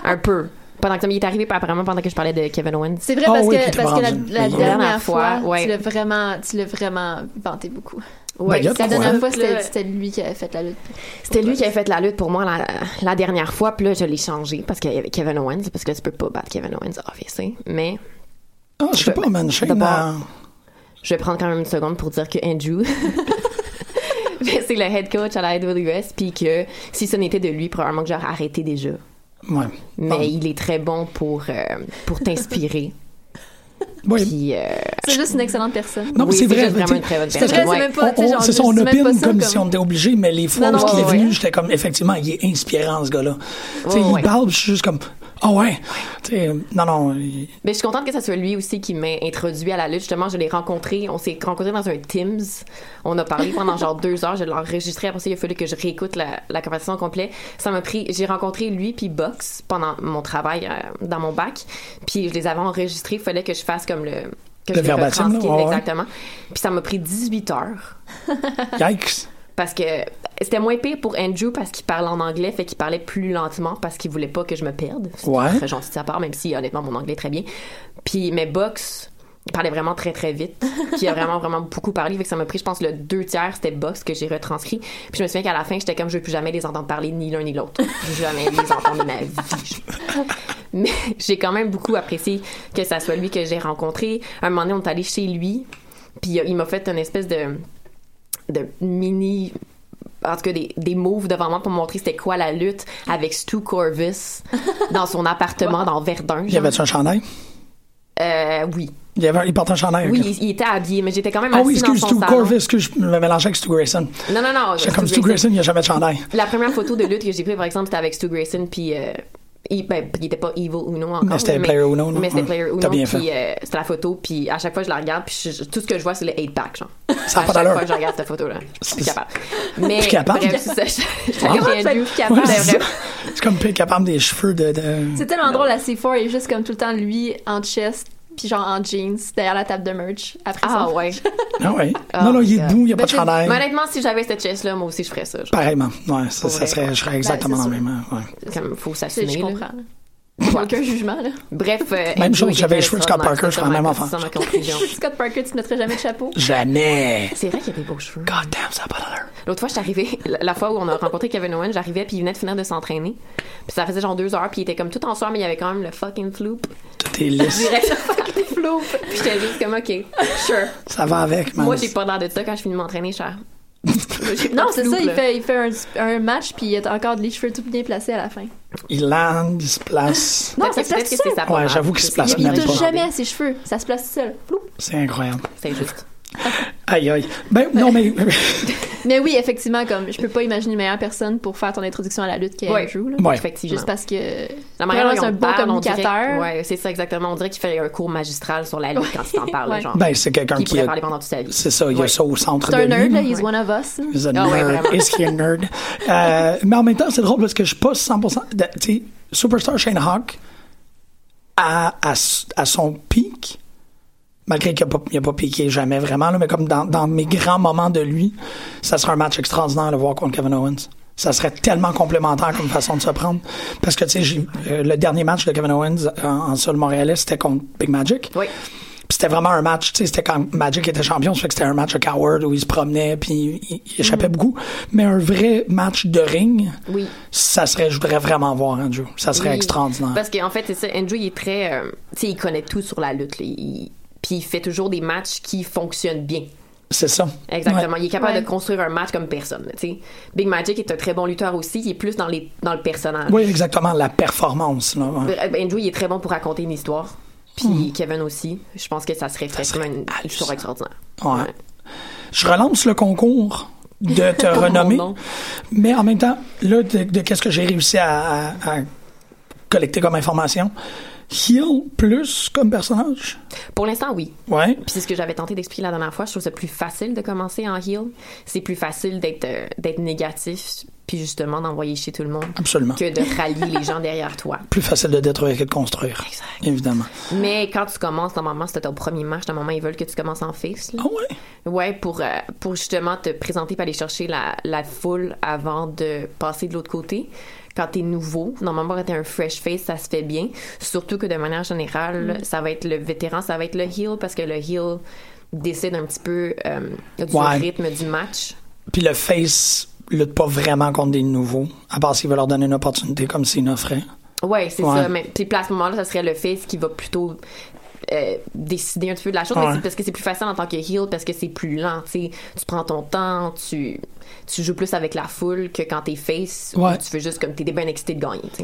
Speaker 4: Un peu. Pendant que il est arrivé, pas apparemment pendant que je parlais de Kevin Owens.
Speaker 6: C'est vrai
Speaker 5: Ah
Speaker 6: parce
Speaker 5: oui, puis
Speaker 6: que,
Speaker 5: t'es
Speaker 6: parce que la,
Speaker 5: rendu-
Speaker 6: la
Speaker 5: oui.
Speaker 6: dernière fois,
Speaker 4: ouais.
Speaker 6: tu l'as vraiment, tu l'as vraiment vanté beaucoup.
Speaker 5: Ben, il y a
Speaker 6: La
Speaker 5: de quoi.
Speaker 6: dernière fois, c'était,
Speaker 4: Le-
Speaker 6: c'était lui qui avait fait la lutte.
Speaker 4: C'était lui qui avait fait la lutte pour moi la, la dernière fois, puis là je l'ai changé parce qu'il y avait Kevin Owens, parce que là, tu peux pas battre Kevin Owens, obviously. Mais
Speaker 5: Ah, je sais pas, man. Shane,
Speaker 4: D'abord-
Speaker 5: euh,
Speaker 4: je vais prendre quand même une seconde pour dire que Andrew, c'est le head coach à la AWS, puis que si ce n'était de lui, probablement que j'aurais arrêté déjà.
Speaker 5: ouais.
Speaker 4: Mais
Speaker 5: Ah.
Speaker 4: il est très bon pour, euh, pour t'inspirer.
Speaker 5: Oui.
Speaker 4: puis, euh,
Speaker 6: C'est juste une excellente personne.
Speaker 5: Non, mais
Speaker 4: Oui, c'est
Speaker 5: c'est vrai.
Speaker 4: juste
Speaker 5: mais
Speaker 4: vraiment
Speaker 5: t'sais,
Speaker 4: une très bonne
Speaker 5: c'est
Speaker 4: personne.
Speaker 5: vrai,
Speaker 4: Ouais.
Speaker 6: C'est même pas-
Speaker 5: on-
Speaker 6: t'sais,
Speaker 5: on-
Speaker 6: genre,
Speaker 5: c'est ça, on
Speaker 6: c'est même
Speaker 5: opine
Speaker 6: pas
Speaker 5: comme,
Speaker 6: ça
Speaker 5: si
Speaker 6: comme-
Speaker 5: on était obligé, mais les fois
Speaker 6: Non,
Speaker 5: où
Speaker 6: non,
Speaker 5: il est
Speaker 6: ouais,
Speaker 5: venu,
Speaker 6: ouais.
Speaker 5: j'étais comme, effectivement, il est inspirant, ce gars-là. Tu sais,
Speaker 4: Ouais,
Speaker 5: il
Speaker 4: ouais.
Speaker 5: parle, puis je suis juste comme, ah ouais. Tu sais, non, non. il-
Speaker 4: Mais Ben, je suis contente que ce soit lui aussi qui m'a introduit à la lutte. Justement, je l'ai rencontré. On s'est rencontré dans un Teams. On a parlé pendant genre deux heures. Je l'ai enregistré. Après ça, il a fallu que je réécoute la, la conversation au complet. Ça m'a pris. J'ai rencontré lui puis Box pendant mon travail euh, dans mon bac. Puis je les avais enregistrés. Il fallait que je fasse comme le. Que je
Speaker 5: Le
Speaker 4: les
Speaker 5: verbatim, là,
Speaker 4: retranscrive
Speaker 5: ouais, ouais.
Speaker 4: exactement. Puis ça m'a pris 18 heures
Speaker 5: Yikes.
Speaker 4: parce que c'était moins pire pour Andrew parce qu'il parlait en anglais, fait qu'il parlait plus lentement parce qu'il voulait pas que je me perde. C'est
Speaker 5: Ouais.
Speaker 4: Très gentil de sa part, même si honnêtement mon anglais est très bien. Puis mes box, il parlait vraiment très très vite. Puis il a vraiment vraiment beaucoup parlé, fait que ça m'a pris je pense le deux tiers c'était box que j'ai retranscrit. Puis je me souviens qu'à la fin j'étais comme je veux plus jamais les entendre parler ni l'un ni l'autre. Je veux jamais les entendre de ma vie. Mais j'ai quand même beaucoup apprécié que ça soit lui que j'ai rencontré. Un moment donné on est euh, allé chez lui, puis il a- il m'a fait une espèce de de mini en tout cas des, des moves devant moi pour me montrer c'était quoi la lutte avec Stu Corvus dans son appartement dans Verdun.
Speaker 5: Il y avait un chandail?
Speaker 4: Euh, oui.
Speaker 5: Il, y avait, il portait un chandail.
Speaker 4: Oui,
Speaker 5: ok.
Speaker 4: il, il était habillé, mais j'étais quand même
Speaker 5: Ah
Speaker 4: assis
Speaker 5: oui, excuse,
Speaker 4: dans
Speaker 5: Stu
Speaker 4: son salon.
Speaker 5: Corvus, excuse, je me mélangeais avec Stu Grayson.
Speaker 4: Non, non, non.
Speaker 5: C'est comme Stu
Speaker 4: Stu
Speaker 5: Grayson, il n'y a jamais de chandail.
Speaker 4: La première photo de lutte que j'ai prise, par exemple, c'était avec Stu Grayson, puis euh, il, ben, il était pas Evil Uno encore.
Speaker 5: Mais c'était Player Uno, non?
Speaker 4: Mais c'était
Speaker 5: Ouais.
Speaker 4: Player Uno,
Speaker 5: T'as bien
Speaker 4: puis euh, c'était la photo, puis à chaque fois je la regarde, puis je- je- tout ce que je vois, c'est le 8-pack, genre.
Speaker 5: Ça
Speaker 4: à
Speaker 5: n'a
Speaker 4: chaque
Speaker 5: pas d'allure.
Speaker 4: fois que je regarde cette photo-là. Je suis plus
Speaker 5: C'est-
Speaker 4: capable. Mais,
Speaker 5: Plus capable?
Speaker 4: bref, c'est ça. Je, je,
Speaker 6: Comment tu vas
Speaker 4: Andrew.
Speaker 6: être capable?
Speaker 5: Ouais,
Speaker 4: Ben,
Speaker 5: c'est
Speaker 4: bref.
Speaker 5: ça. C'est comme Pete capable des cheveux de. de-
Speaker 6: C'est tellement drôle, la C4 est juste comme tout le temps, lui, en chest, puis genre en jeans, derrière la table de merch. Après
Speaker 4: Ah
Speaker 6: son-
Speaker 4: ouais.
Speaker 5: Ah oui.
Speaker 4: Oh
Speaker 5: non, non, il est
Speaker 4: my God.
Speaker 5: debout, il n'y a
Speaker 4: Ben,
Speaker 5: pas de
Speaker 4: c'est-
Speaker 5: chandail.
Speaker 4: mais honnêtement, si j'avais cette chest-là, moi aussi, je ferais ça. genre.
Speaker 5: Pareillement. Ouais, ça,
Speaker 4: Pour
Speaker 5: ça
Speaker 4: vrai. Ben,
Speaker 5: serait, je serais exactement
Speaker 6: c'est
Speaker 5: dans
Speaker 6: sûr.
Speaker 5: le même. hein, ouais.
Speaker 4: Comme, faut
Speaker 6: Je, je
Speaker 4: s'assumer. là.
Speaker 6: comprends. J'ai Aucun jugement, là.
Speaker 4: Bref. euh,
Speaker 5: Même
Speaker 4: Andrew
Speaker 5: chose,
Speaker 4: était
Speaker 5: j'avais les cheveux de Scott
Speaker 4: extraordinaire,
Speaker 5: Parker, je
Speaker 4: ça,
Speaker 5: ferais la même
Speaker 4: ma-
Speaker 5: affaire.
Speaker 4: ça, ma conclusion.
Speaker 6: Scott Parker, tu ne mettrais jamais de chapeau.
Speaker 5: Jamais.
Speaker 4: C'est vrai qu'il y a des beaux cheveux.
Speaker 5: God damn, ça n'a pas d'allure.
Speaker 4: L'autre fois, je suis arrivée, la la fois où on a rencontré Kevin Owen, j'arrivais, puis il venait de finir de s'entraîner. Puis ça faisait genre deux heures, puis il était comme tout en sueur, mais il y avait quand même le fucking floop.
Speaker 5: Tout est lisse.
Speaker 4: Direct le fucking floop. Puis j'étais juste comme, OK, sure.
Speaker 5: Ça va avec, man.
Speaker 4: Moi, j'ai pas l'air de ça quand je finis de m'entraîner, cher.
Speaker 6: Non, c'est ça, il fait, il fait un, un match, puis il a encore les cheveux tout bien placés à la fin.
Speaker 5: Il lande, il se place.
Speaker 4: Non,
Speaker 6: Non, ça
Speaker 4: c'est
Speaker 6: se
Speaker 4: peut-être que
Speaker 6: place tout
Speaker 4: c'est
Speaker 6: seul.
Speaker 4: sa pommade.
Speaker 5: Ouais, j'avoue qu'il se place
Speaker 4: Il- il
Speaker 5: même
Speaker 4: touche
Speaker 5: pas.
Speaker 6: Jamais à ses cheveux, ça se place tout seul. Ploup.
Speaker 5: C'est incroyable.
Speaker 4: C'est juste.
Speaker 5: Aïe, aïe. Ben, non, mais. ben,
Speaker 6: Mais oui, effectivement, comme je peux pas imaginer une meilleure personne pour faire ton introduction à la lutte qu'elle
Speaker 4: Ouais.
Speaker 6: joue. Là.
Speaker 5: Ouais.
Speaker 4: Effectivement.
Speaker 6: Juste parce que.
Speaker 4: La manière dont
Speaker 6: Vraiment, c'est
Speaker 4: on
Speaker 6: un beau
Speaker 4: parle, on dirait-
Speaker 6: communicateur.
Speaker 4: ouais, c'est ça exactement. On dirait qu'il fait un cours magistral sur la lutte quand il t'en parle,
Speaker 6: Ouais.
Speaker 4: genre.
Speaker 5: ben, c'est quelqu'un
Speaker 4: Puis il
Speaker 5: qui.
Speaker 4: pourrait
Speaker 5: a-
Speaker 4: parler pendant toute sa vie.
Speaker 5: C'est ça, il y a
Speaker 4: Ouais.
Speaker 5: ça au centre
Speaker 6: C'est
Speaker 5: de
Speaker 6: un nerd,
Speaker 5: lui.
Speaker 6: là, he's one of us.
Speaker 5: He's a
Speaker 4: Ah ouais,
Speaker 5: nerd.
Speaker 4: vraiment.
Speaker 5: Is he a nerd? Euh, mais en même temps, c'est drôle parce que je suis pas 100%. de- Tu sais, Superstar Shane Hawk, à, à, s- à son pic, malgré qu'il n'a pas, il a pas piqué jamais vraiment, là, mais comme dans, dans mes grands moments de lui, ça serait un match extraordinaire de voir contre Kevin Owens. Ça serait tellement complémentaire comme façon de se prendre. Parce que, tu sais, j'ai- euh, le dernier match de Kevin Owens en, en sol montréalais, c'était contre Big Magic.
Speaker 4: Oui.
Speaker 5: Puis c'était vraiment un match, tu sais, c'était quand Magic était champion, ça fait que c'était un match à Coward où il se promenait puis il, il échappait beaucoup. Mais un vrai match de ring,
Speaker 4: Mm. Oui.
Speaker 5: ça serait, je voudrais vraiment voir Andrew. Ça serait
Speaker 4: Oui.
Speaker 5: extraordinaire.
Speaker 4: Parce qu'en fait, c'est ça. Andrew, il est très. euh, tu sais, il connaît tout sur la lutte. là. Il- puis il fait toujours des matchs qui fonctionnent bien.
Speaker 5: C'est ça.
Speaker 4: Exactement.
Speaker 5: Ouais.
Speaker 4: Il est capable
Speaker 6: Ouais.
Speaker 4: de construire un match comme personne. là, tu sais. Big Magic est un très bon lutteur aussi. Il est plus dans, les, dans le personnage.
Speaker 5: Oui, exactement, la performance. Là, ouais.
Speaker 4: Euh, Andrew, il est très bon pour raconter une histoire. Puis Kevin aussi. Je pense que ça serait
Speaker 5: Hmm. serait
Speaker 4: vraiment une
Speaker 5: hallucinant.
Speaker 4: histoire extraordinaire.
Speaker 5: Ouais. Je relance le concours de te renommer,
Speaker 4: nom.
Speaker 5: mais en même temps, là, de, de qu'est-ce que j'ai réussi à, à- à collecter comme information, Heal plus comme personnage.
Speaker 4: Pour l'instant, oui.
Speaker 5: Ouais.
Speaker 4: Puis c'est ce que j'avais tenté d'expliquer la dernière fois. Je trouve ça plus facile de commencer en heel. C'est plus facile d'être euh, d'être négatif, puis justement d'envoyer chez tout le monde,
Speaker 5: Absolument.
Speaker 4: que de rallier les gens derrière toi.
Speaker 5: Plus facile de détruire que de construire.
Speaker 4: Exact.
Speaker 5: Évidemment.
Speaker 4: Mais quand tu commences, normalement, c'était ton premier match. Normalement, ils veulent que tu commences en face. là.
Speaker 5: Ah ouais?
Speaker 4: Ouais, pour, euh, pour justement te présenter puis aller chercher la, la foule avant de passer de l'autre côté. Quand t'es nouveau, normalement, quand t'es un fresh face, ça se fait bien. Surtout que de manière générale, ça va être le vétéran, ça va être le heel parce que le heel décide un petit peu euh, du
Speaker 5: Ouais.
Speaker 4: rythme du match.
Speaker 5: Puis le face lutte pas vraiment contre des nouveaux, à part s'il veut leur donner une opportunité comme s'il n'offrait.
Speaker 4: Ouais, c'est
Speaker 5: Ouais.
Speaker 4: ça. Mais puis puis à ce moment-là, ça serait le face qui va plutôt euh, décider un petit peu de la chose, mais
Speaker 5: Ouais.
Speaker 4: c'est parce que c'est plus facile en tant que heel, parce que c'est plus lent. Tu sais. tu prends ton temps, tu tu joues plus avec la foule que quand t'es face. où
Speaker 5: Ouais.
Speaker 4: tu veux juste comme t'es bien excité de gagner. tu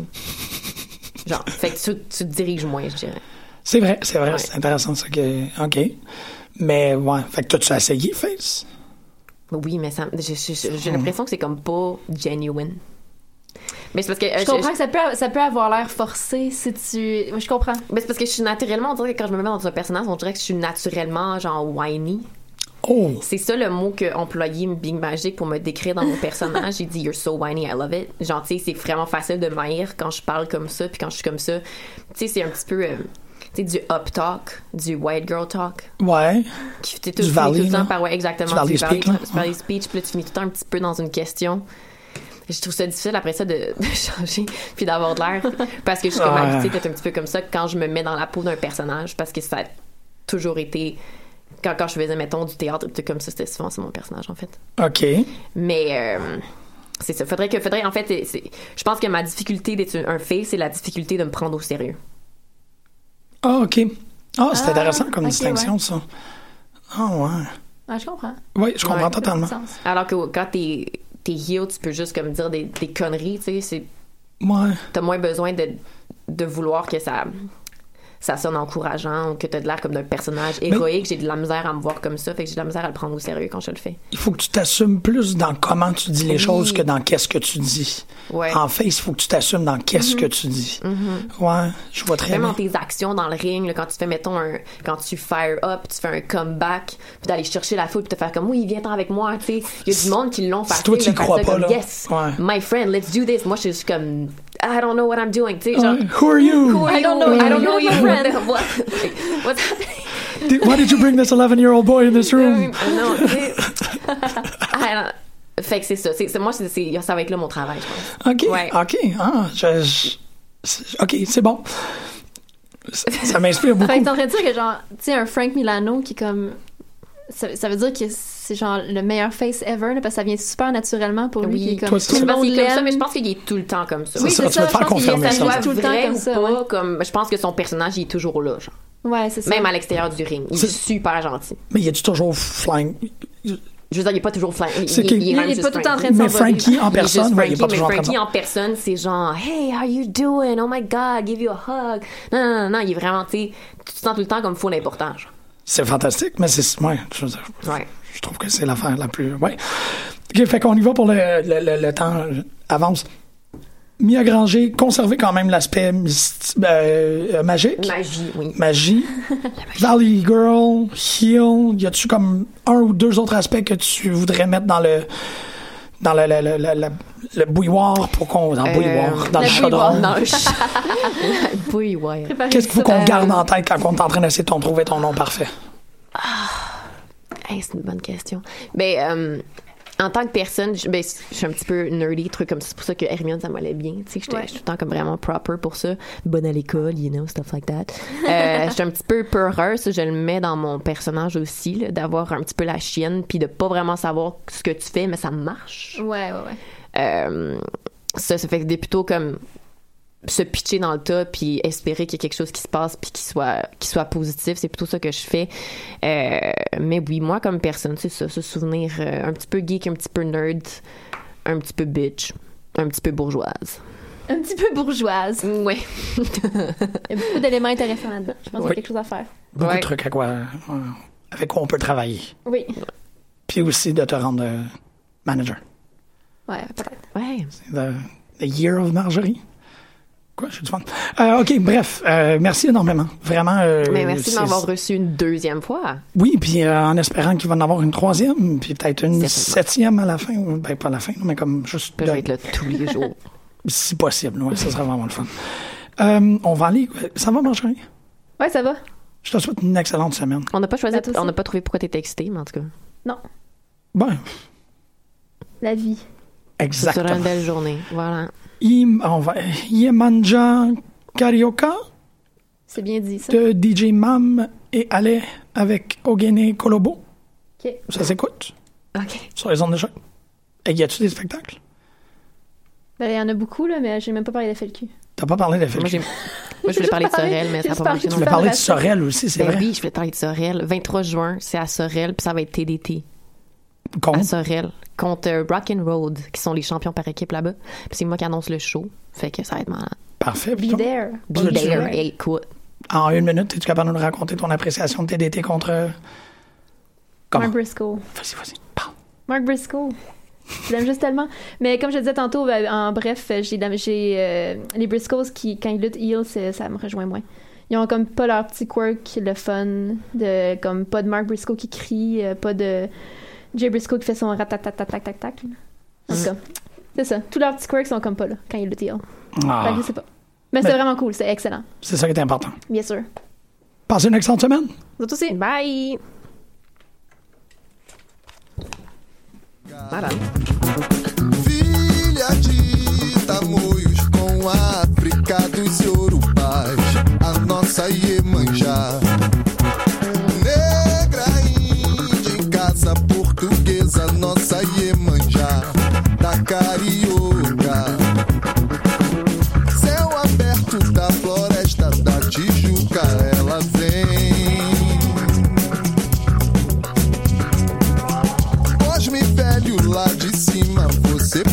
Speaker 4: sais. Genre, fait que tu, tu te diriges moins, je dirais.
Speaker 5: C'est vrai, c'est vrai,
Speaker 4: Ouais.
Speaker 5: c'est intéressant ça que. OK. Mais ouais, fait que t'as-tu essayé, face?
Speaker 4: Oui, mais ça, je- je- je-
Speaker 5: Hmm.
Speaker 4: j'ai l'impression que c'est comme pas genuine. Mais c'est parce que euh,
Speaker 6: Je comprends que ça peut, ça peut avoir l'air forcé si tu. ouais, Je comprends.
Speaker 4: mais c'est parce que je suis naturellement, on dirait que quand je me mets dans un personnage, on dirait que je suis naturellement genre whiny.
Speaker 5: Oh!
Speaker 4: C'est ça le mot que employé Big Magic pour me décrire dans mon personnage. Il dit You're so whiny, I love it. Genre, tu sais, c'est vraiment facile de m'haïr quand je parle comme ça, puis quand je suis comme ça. Tu sais, c'est un petit peu. euh, tu sais, du up talk, du white girl talk,
Speaker 5: Ouais.
Speaker 4: qui tu sais,
Speaker 5: Du
Speaker 4: tu finis
Speaker 5: valley,
Speaker 4: tout le
Speaker 5: là.
Speaker 4: temps par ouais, exactement.
Speaker 5: Du hein? valley
Speaker 4: tu parles-
Speaker 5: speak, là.
Speaker 4: tu parles speech, puis là, tu finis tout le temps un petit peu dans une question. Je trouve ça difficile après ça de, de changer puis d'avoir de l'air parce que je suis comme
Speaker 5: Ouais.
Speaker 4: habituée d'être un petit peu comme ça quand je me mets dans la peau d'un personnage parce que ça a toujours été quand, quand je faisais mettons du théâtre tout comme ça c'était souvent c'est mon personnage en fait
Speaker 5: OK.
Speaker 4: mais euh, c'est ça faudrait que faudrait en fait c'est- c'est- je pense que ma difficulté d'être un face c'est la difficulté de me prendre au sérieux
Speaker 5: Ah, OK. Ah, c'est intéressant comme
Speaker 6: ok,
Speaker 5: distinction,
Speaker 6: ouais.
Speaker 5: ça. Ah, ouais.
Speaker 6: Ah, je comprends.
Speaker 5: Oui, je comprends
Speaker 4: Ouais.
Speaker 5: totalement.
Speaker 6: Ça a du sens.
Speaker 4: alors que quand t'es t'es heel, tu peux juste comme dire des, des conneries, tu sais. c'est-
Speaker 5: Ouais.
Speaker 4: T'as moins besoin de, de vouloir que ça ça sonne encourageant ou que t'as de l'air comme d'un personnage héroïque. J'ai de la misère à me voir comme ça, fait que j'ai de la misère à le prendre au sérieux quand je le fais.
Speaker 5: Il faut que tu t'assumes plus dans comment tu dis les
Speaker 4: Oui.
Speaker 5: choses que dans qu'est-ce que tu dis.
Speaker 4: Ouais. Mm-hmm.
Speaker 5: En fait, il faut que tu t'assumes dans qu'est-ce que tu dis. Ouais, je vois très
Speaker 4: Même
Speaker 5: bien.
Speaker 4: en tes actions dans le ring, là, quand tu fais, mettons, un, quand tu fire up, tu fais un comeback, puis d'aller chercher la foule, puis te faire comme, oui, viens-t'en avec moi, tu sais. Il y a du monde qui l'ont fait.
Speaker 5: toi, tu y crois pas, là.
Speaker 4: Yes,
Speaker 5: Ouais.
Speaker 4: my friend, let's do this. Moi, je suis juste comme, I don't know what I'm doing, tu sais. Genre,
Speaker 5: Ouais. Who are you?
Speaker 4: I don't know, I don't know your friend. What? What's happening?
Speaker 5: Did- Why did you bring this 11-year-old boy in this room?
Speaker 4: Ah, Non, tu sais. I don't- Fait que c'est ça. C'est- c'est- moi, c'est- c'est- ça va être là mon travail, je pense.
Speaker 5: OK,
Speaker 4: Ouais.
Speaker 5: OK. Ah, je- je- c'est- OK, c'est bon. Ça, ça m'inspire beaucoup.
Speaker 6: Fait que t'es en train de dire que, genre, tu sais, un Frank Milano qui, comme. Ça, ça veut dire que c'est, genre, le meilleur face ever, là, parce que ça vient super naturellement pour lui.
Speaker 4: Oui.
Speaker 6: il est comme,
Speaker 5: Toi,
Speaker 6: tout
Speaker 5: tu-
Speaker 4: Je
Speaker 6: le
Speaker 4: pense
Speaker 6: monde
Speaker 4: qu'il est comme ça,
Speaker 6: l'aime.
Speaker 4: mais je pense qu'il est tout le temps comme ça.
Speaker 5: Oui, Ça,
Speaker 6: c'est
Speaker 5: tu vas te faire
Speaker 6: je pense qu'il
Speaker 5: confirmer
Speaker 6: est-
Speaker 5: ça.
Speaker 4: ça
Speaker 6: joue
Speaker 4: soit
Speaker 6: tout le temps
Speaker 4: vrai
Speaker 6: comme
Speaker 4: ou
Speaker 6: ça.
Speaker 4: pas,
Speaker 6: ouais.
Speaker 4: comme je pense que son personnage il est toujours là, genre.
Speaker 6: Ouais, c'est ça.
Speaker 4: même à l'extérieur du ring. Il est,
Speaker 5: C'est-
Speaker 4: super gentil.
Speaker 5: Mais il y a du toujours flying.
Speaker 4: Je veux dire, il est pas toujours flingue. Il,
Speaker 5: C'est
Speaker 4: il-
Speaker 5: qu'il-
Speaker 4: il est, même
Speaker 6: Il est
Speaker 4: juste
Speaker 6: pas tout le temps en
Speaker 4: flingue.
Speaker 6: train de
Speaker 5: Mais
Speaker 6: s'envoler.
Speaker 5: Frankie en
Speaker 4: Il est juste
Speaker 5: personne, ouais, il est pas
Speaker 4: Frankie,
Speaker 5: toujours en
Speaker 4: mais
Speaker 5: train
Speaker 4: Frankie en personne, c'est genre Hey, how you doing? Oh my God, give you a hug. Non, non, non, non, il est vraiment, tu sais, tu te sens tout le temps comme fou l'important. genre.
Speaker 5: C'est fantastique, mais c'est... Ouais, je veux dire,
Speaker 4: Ouais.
Speaker 5: je trouve que c'est l'affaire la plus. Ouais. OK, fait qu'on y va pour le, le, le- le temps euh, avance. Mia Granger, conserver quand même l'aspect mysti- euh, euh, magique.
Speaker 4: Magie, oui.
Speaker 5: Magie. Valley Girl, Heal. Y a-tu comme un ou deux autres aspects que tu voudrais mettre dans le. Dans le, le, le, le, le- le bouilloire pour qu'on. Dans le
Speaker 4: Euh,
Speaker 5: bouilloire. Dans le,
Speaker 6: le
Speaker 5: chaudron.
Speaker 6: bouilloire,
Speaker 4: Non, Euh, je... oui, ouais.
Speaker 6: Préparer
Speaker 5: Qu'est-ce qu'il faut
Speaker 6: ça.
Speaker 5: qu'on garde en tête quand on est en train d'essayer de t'en trouver ton nom parfait?
Speaker 4: Hey, c'est une bonne question. Ben, euh, en tant que personne, je, ben, je suis un petit peu nerdy, truc comme ça. C'est pour ça que Hermione, ça m'allait bien. Tu sais, j'étais
Speaker 6: Ouais.
Speaker 4: je suis tout le temps comme vraiment proper pour ça. Bonne à l'école, you know, stuff like that. Euh, je suis un petit peu peureuse. Je le mets dans mon personnage aussi, là, d'avoir un petit peu la chienne, puis de pas vraiment savoir ce que tu fais, mais ça marche.
Speaker 6: Ouais, ouais, ouais.
Speaker 4: Euh, ça, ça fait que des plutôt comme se pitcher dans le tas puis espérer qu'il y ait quelque chose qui se passe puis qui soit qui soit positif c'est plutôt ça que je fais Euh, mais oui moi comme personne c'est ça ce souvenir euh, un petit peu geek un petit peu nerd un petit peu bitch un petit peu bourgeoise
Speaker 6: Un petit peu bourgeoise.
Speaker 4: ouais
Speaker 6: Il y a beaucoup d'éléments intéressants là-dedans. Je pense qu'il y a quelque chose à faire.
Speaker 5: Beaucoup
Speaker 4: Ouais.
Speaker 5: de trucs à quoi, euh, avec quoi on peut travailler.
Speaker 6: Oui.
Speaker 5: puis aussi de te rendre euh, manager.
Speaker 6: Ouais, peut-être.
Speaker 4: ouais
Speaker 5: The, the Year of Marjorie. Quoi, je suis du fun. Euh, OK, bref, euh, merci énormément. Vraiment. euh,
Speaker 4: mais merci de
Speaker 5: c'est-
Speaker 4: m'avoir reçu une deuxième fois
Speaker 5: Oui, puis euh, en espérant qu'il va en avoir une troisième, puis peut-être une
Speaker 4: Certainement.
Speaker 5: septième à la fin. ou- Ben, pas à la fin, mais comme juste
Speaker 4: je
Speaker 5: de-
Speaker 4: vais être là tous les jours
Speaker 5: si possible. Ouais, ça serait vraiment le fun. Euh, on va aller. Ça va, Marjorie?
Speaker 6: Ouais, ça va.
Speaker 5: Je te souhaite une excellente semaine.
Speaker 4: on n'a pas choisi
Speaker 6: À toi aussi.
Speaker 4: on n'a pas trouvé pourquoi t'étais excitée mais en tout cas
Speaker 6: Non.
Speaker 5: Ben,
Speaker 6: La vie.
Speaker 4: ce sera une
Speaker 5: exactement.
Speaker 4: belle journée voilà
Speaker 5: Im- on va- Yemanja Karyoka?
Speaker 6: C'est bien dit, ça.
Speaker 5: de DJ Mam et Allez avec Ogene Kolobo.
Speaker 6: Ok.
Speaker 5: Ça s'écoute
Speaker 4: ok
Speaker 5: sur les ondes de choc. Et y a-tu des spectacles?
Speaker 6: Ben, il y en a beaucoup, là, mais j'ai même pas parlé de FLQ.
Speaker 5: T'as pas parlé de
Speaker 4: moi j'ai
Speaker 5: Tu
Speaker 4: moi je voulais
Speaker 6: Juste
Speaker 4: parler de
Speaker 6: parler-
Speaker 4: Sorel mais ça n'a
Speaker 6: juste
Speaker 4: pas
Speaker 6: parler
Speaker 4: marché
Speaker 6: du
Speaker 4: non
Speaker 5: voulais
Speaker 6: Faire
Speaker 5: parler
Speaker 6: la
Speaker 5: de Sorel aussi, c'est
Speaker 4: Ben
Speaker 5: vrai?
Speaker 4: oui, je voulais te parler de Sorel. 23 juin, c'est à Sorel, puis ça va être TDT
Speaker 5: Con.
Speaker 4: à Sorel contre euh, Rock and Road, qui sont les champions par équipe là-bas. Puis c'est moi qui annonce le show, fait que ça va être malade.
Speaker 5: Parfait.
Speaker 6: Be
Speaker 5: Piton.
Speaker 6: there.
Speaker 4: Be
Speaker 5: Vous êtes
Speaker 4: there,
Speaker 5: sûr?
Speaker 4: hey, écoute.
Speaker 5: En une minute, es-tu capable de nous raconter ton appréciation de TDT contre. euh, Comment?
Speaker 6: Mark Briscoe.
Speaker 5: Vas-y, vas-y. Parle.
Speaker 6: Mark Briscoe. Je l'aime juste tellement. Mais comme je le disais tantôt, ben, en bref, j'ai, la- j'ai, euh, les Briscoes qui, quand ils luttent heel, c'est- ça me rejoint moins. Ils ont comme pas leur petit quirk, le fun, de, comme pas de Mark Briscoe qui crie, euh, pas de Jay Briscoe qui fait son ratatatatac-tac-tac. En tout cas, c'est ça. Tous leurs petits quirks sont comme pas là quand ils luttent heel. Fait
Speaker 5: Ah,
Speaker 6: que je sais pas. Mais c'est
Speaker 5: Mais-
Speaker 6: vraiment cool, c'est excellent.
Speaker 5: c'est ça qui est important.
Speaker 6: Bien sûr.
Speaker 5: Passez une excellente semaine.
Speaker 6: Vous autres aussi?
Speaker 4: Bye! Malade.
Speaker 8: Filha de tamoios com a África dos Yorubás, a nossa Iemanjá. Negra índia em casa portuguesa, nossa Iemanjá da Carioca. Céu aberto da floresta da Tijuca, ela vem. Cosme velho lá de cima, você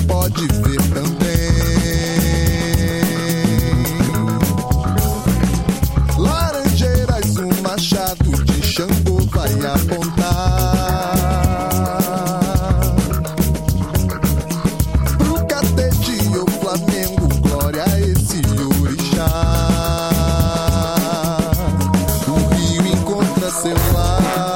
Speaker 8: um Xangô vai apontar. Pro Catete o Flamengo, glória a esse orixá. O Rio encontra seu lar.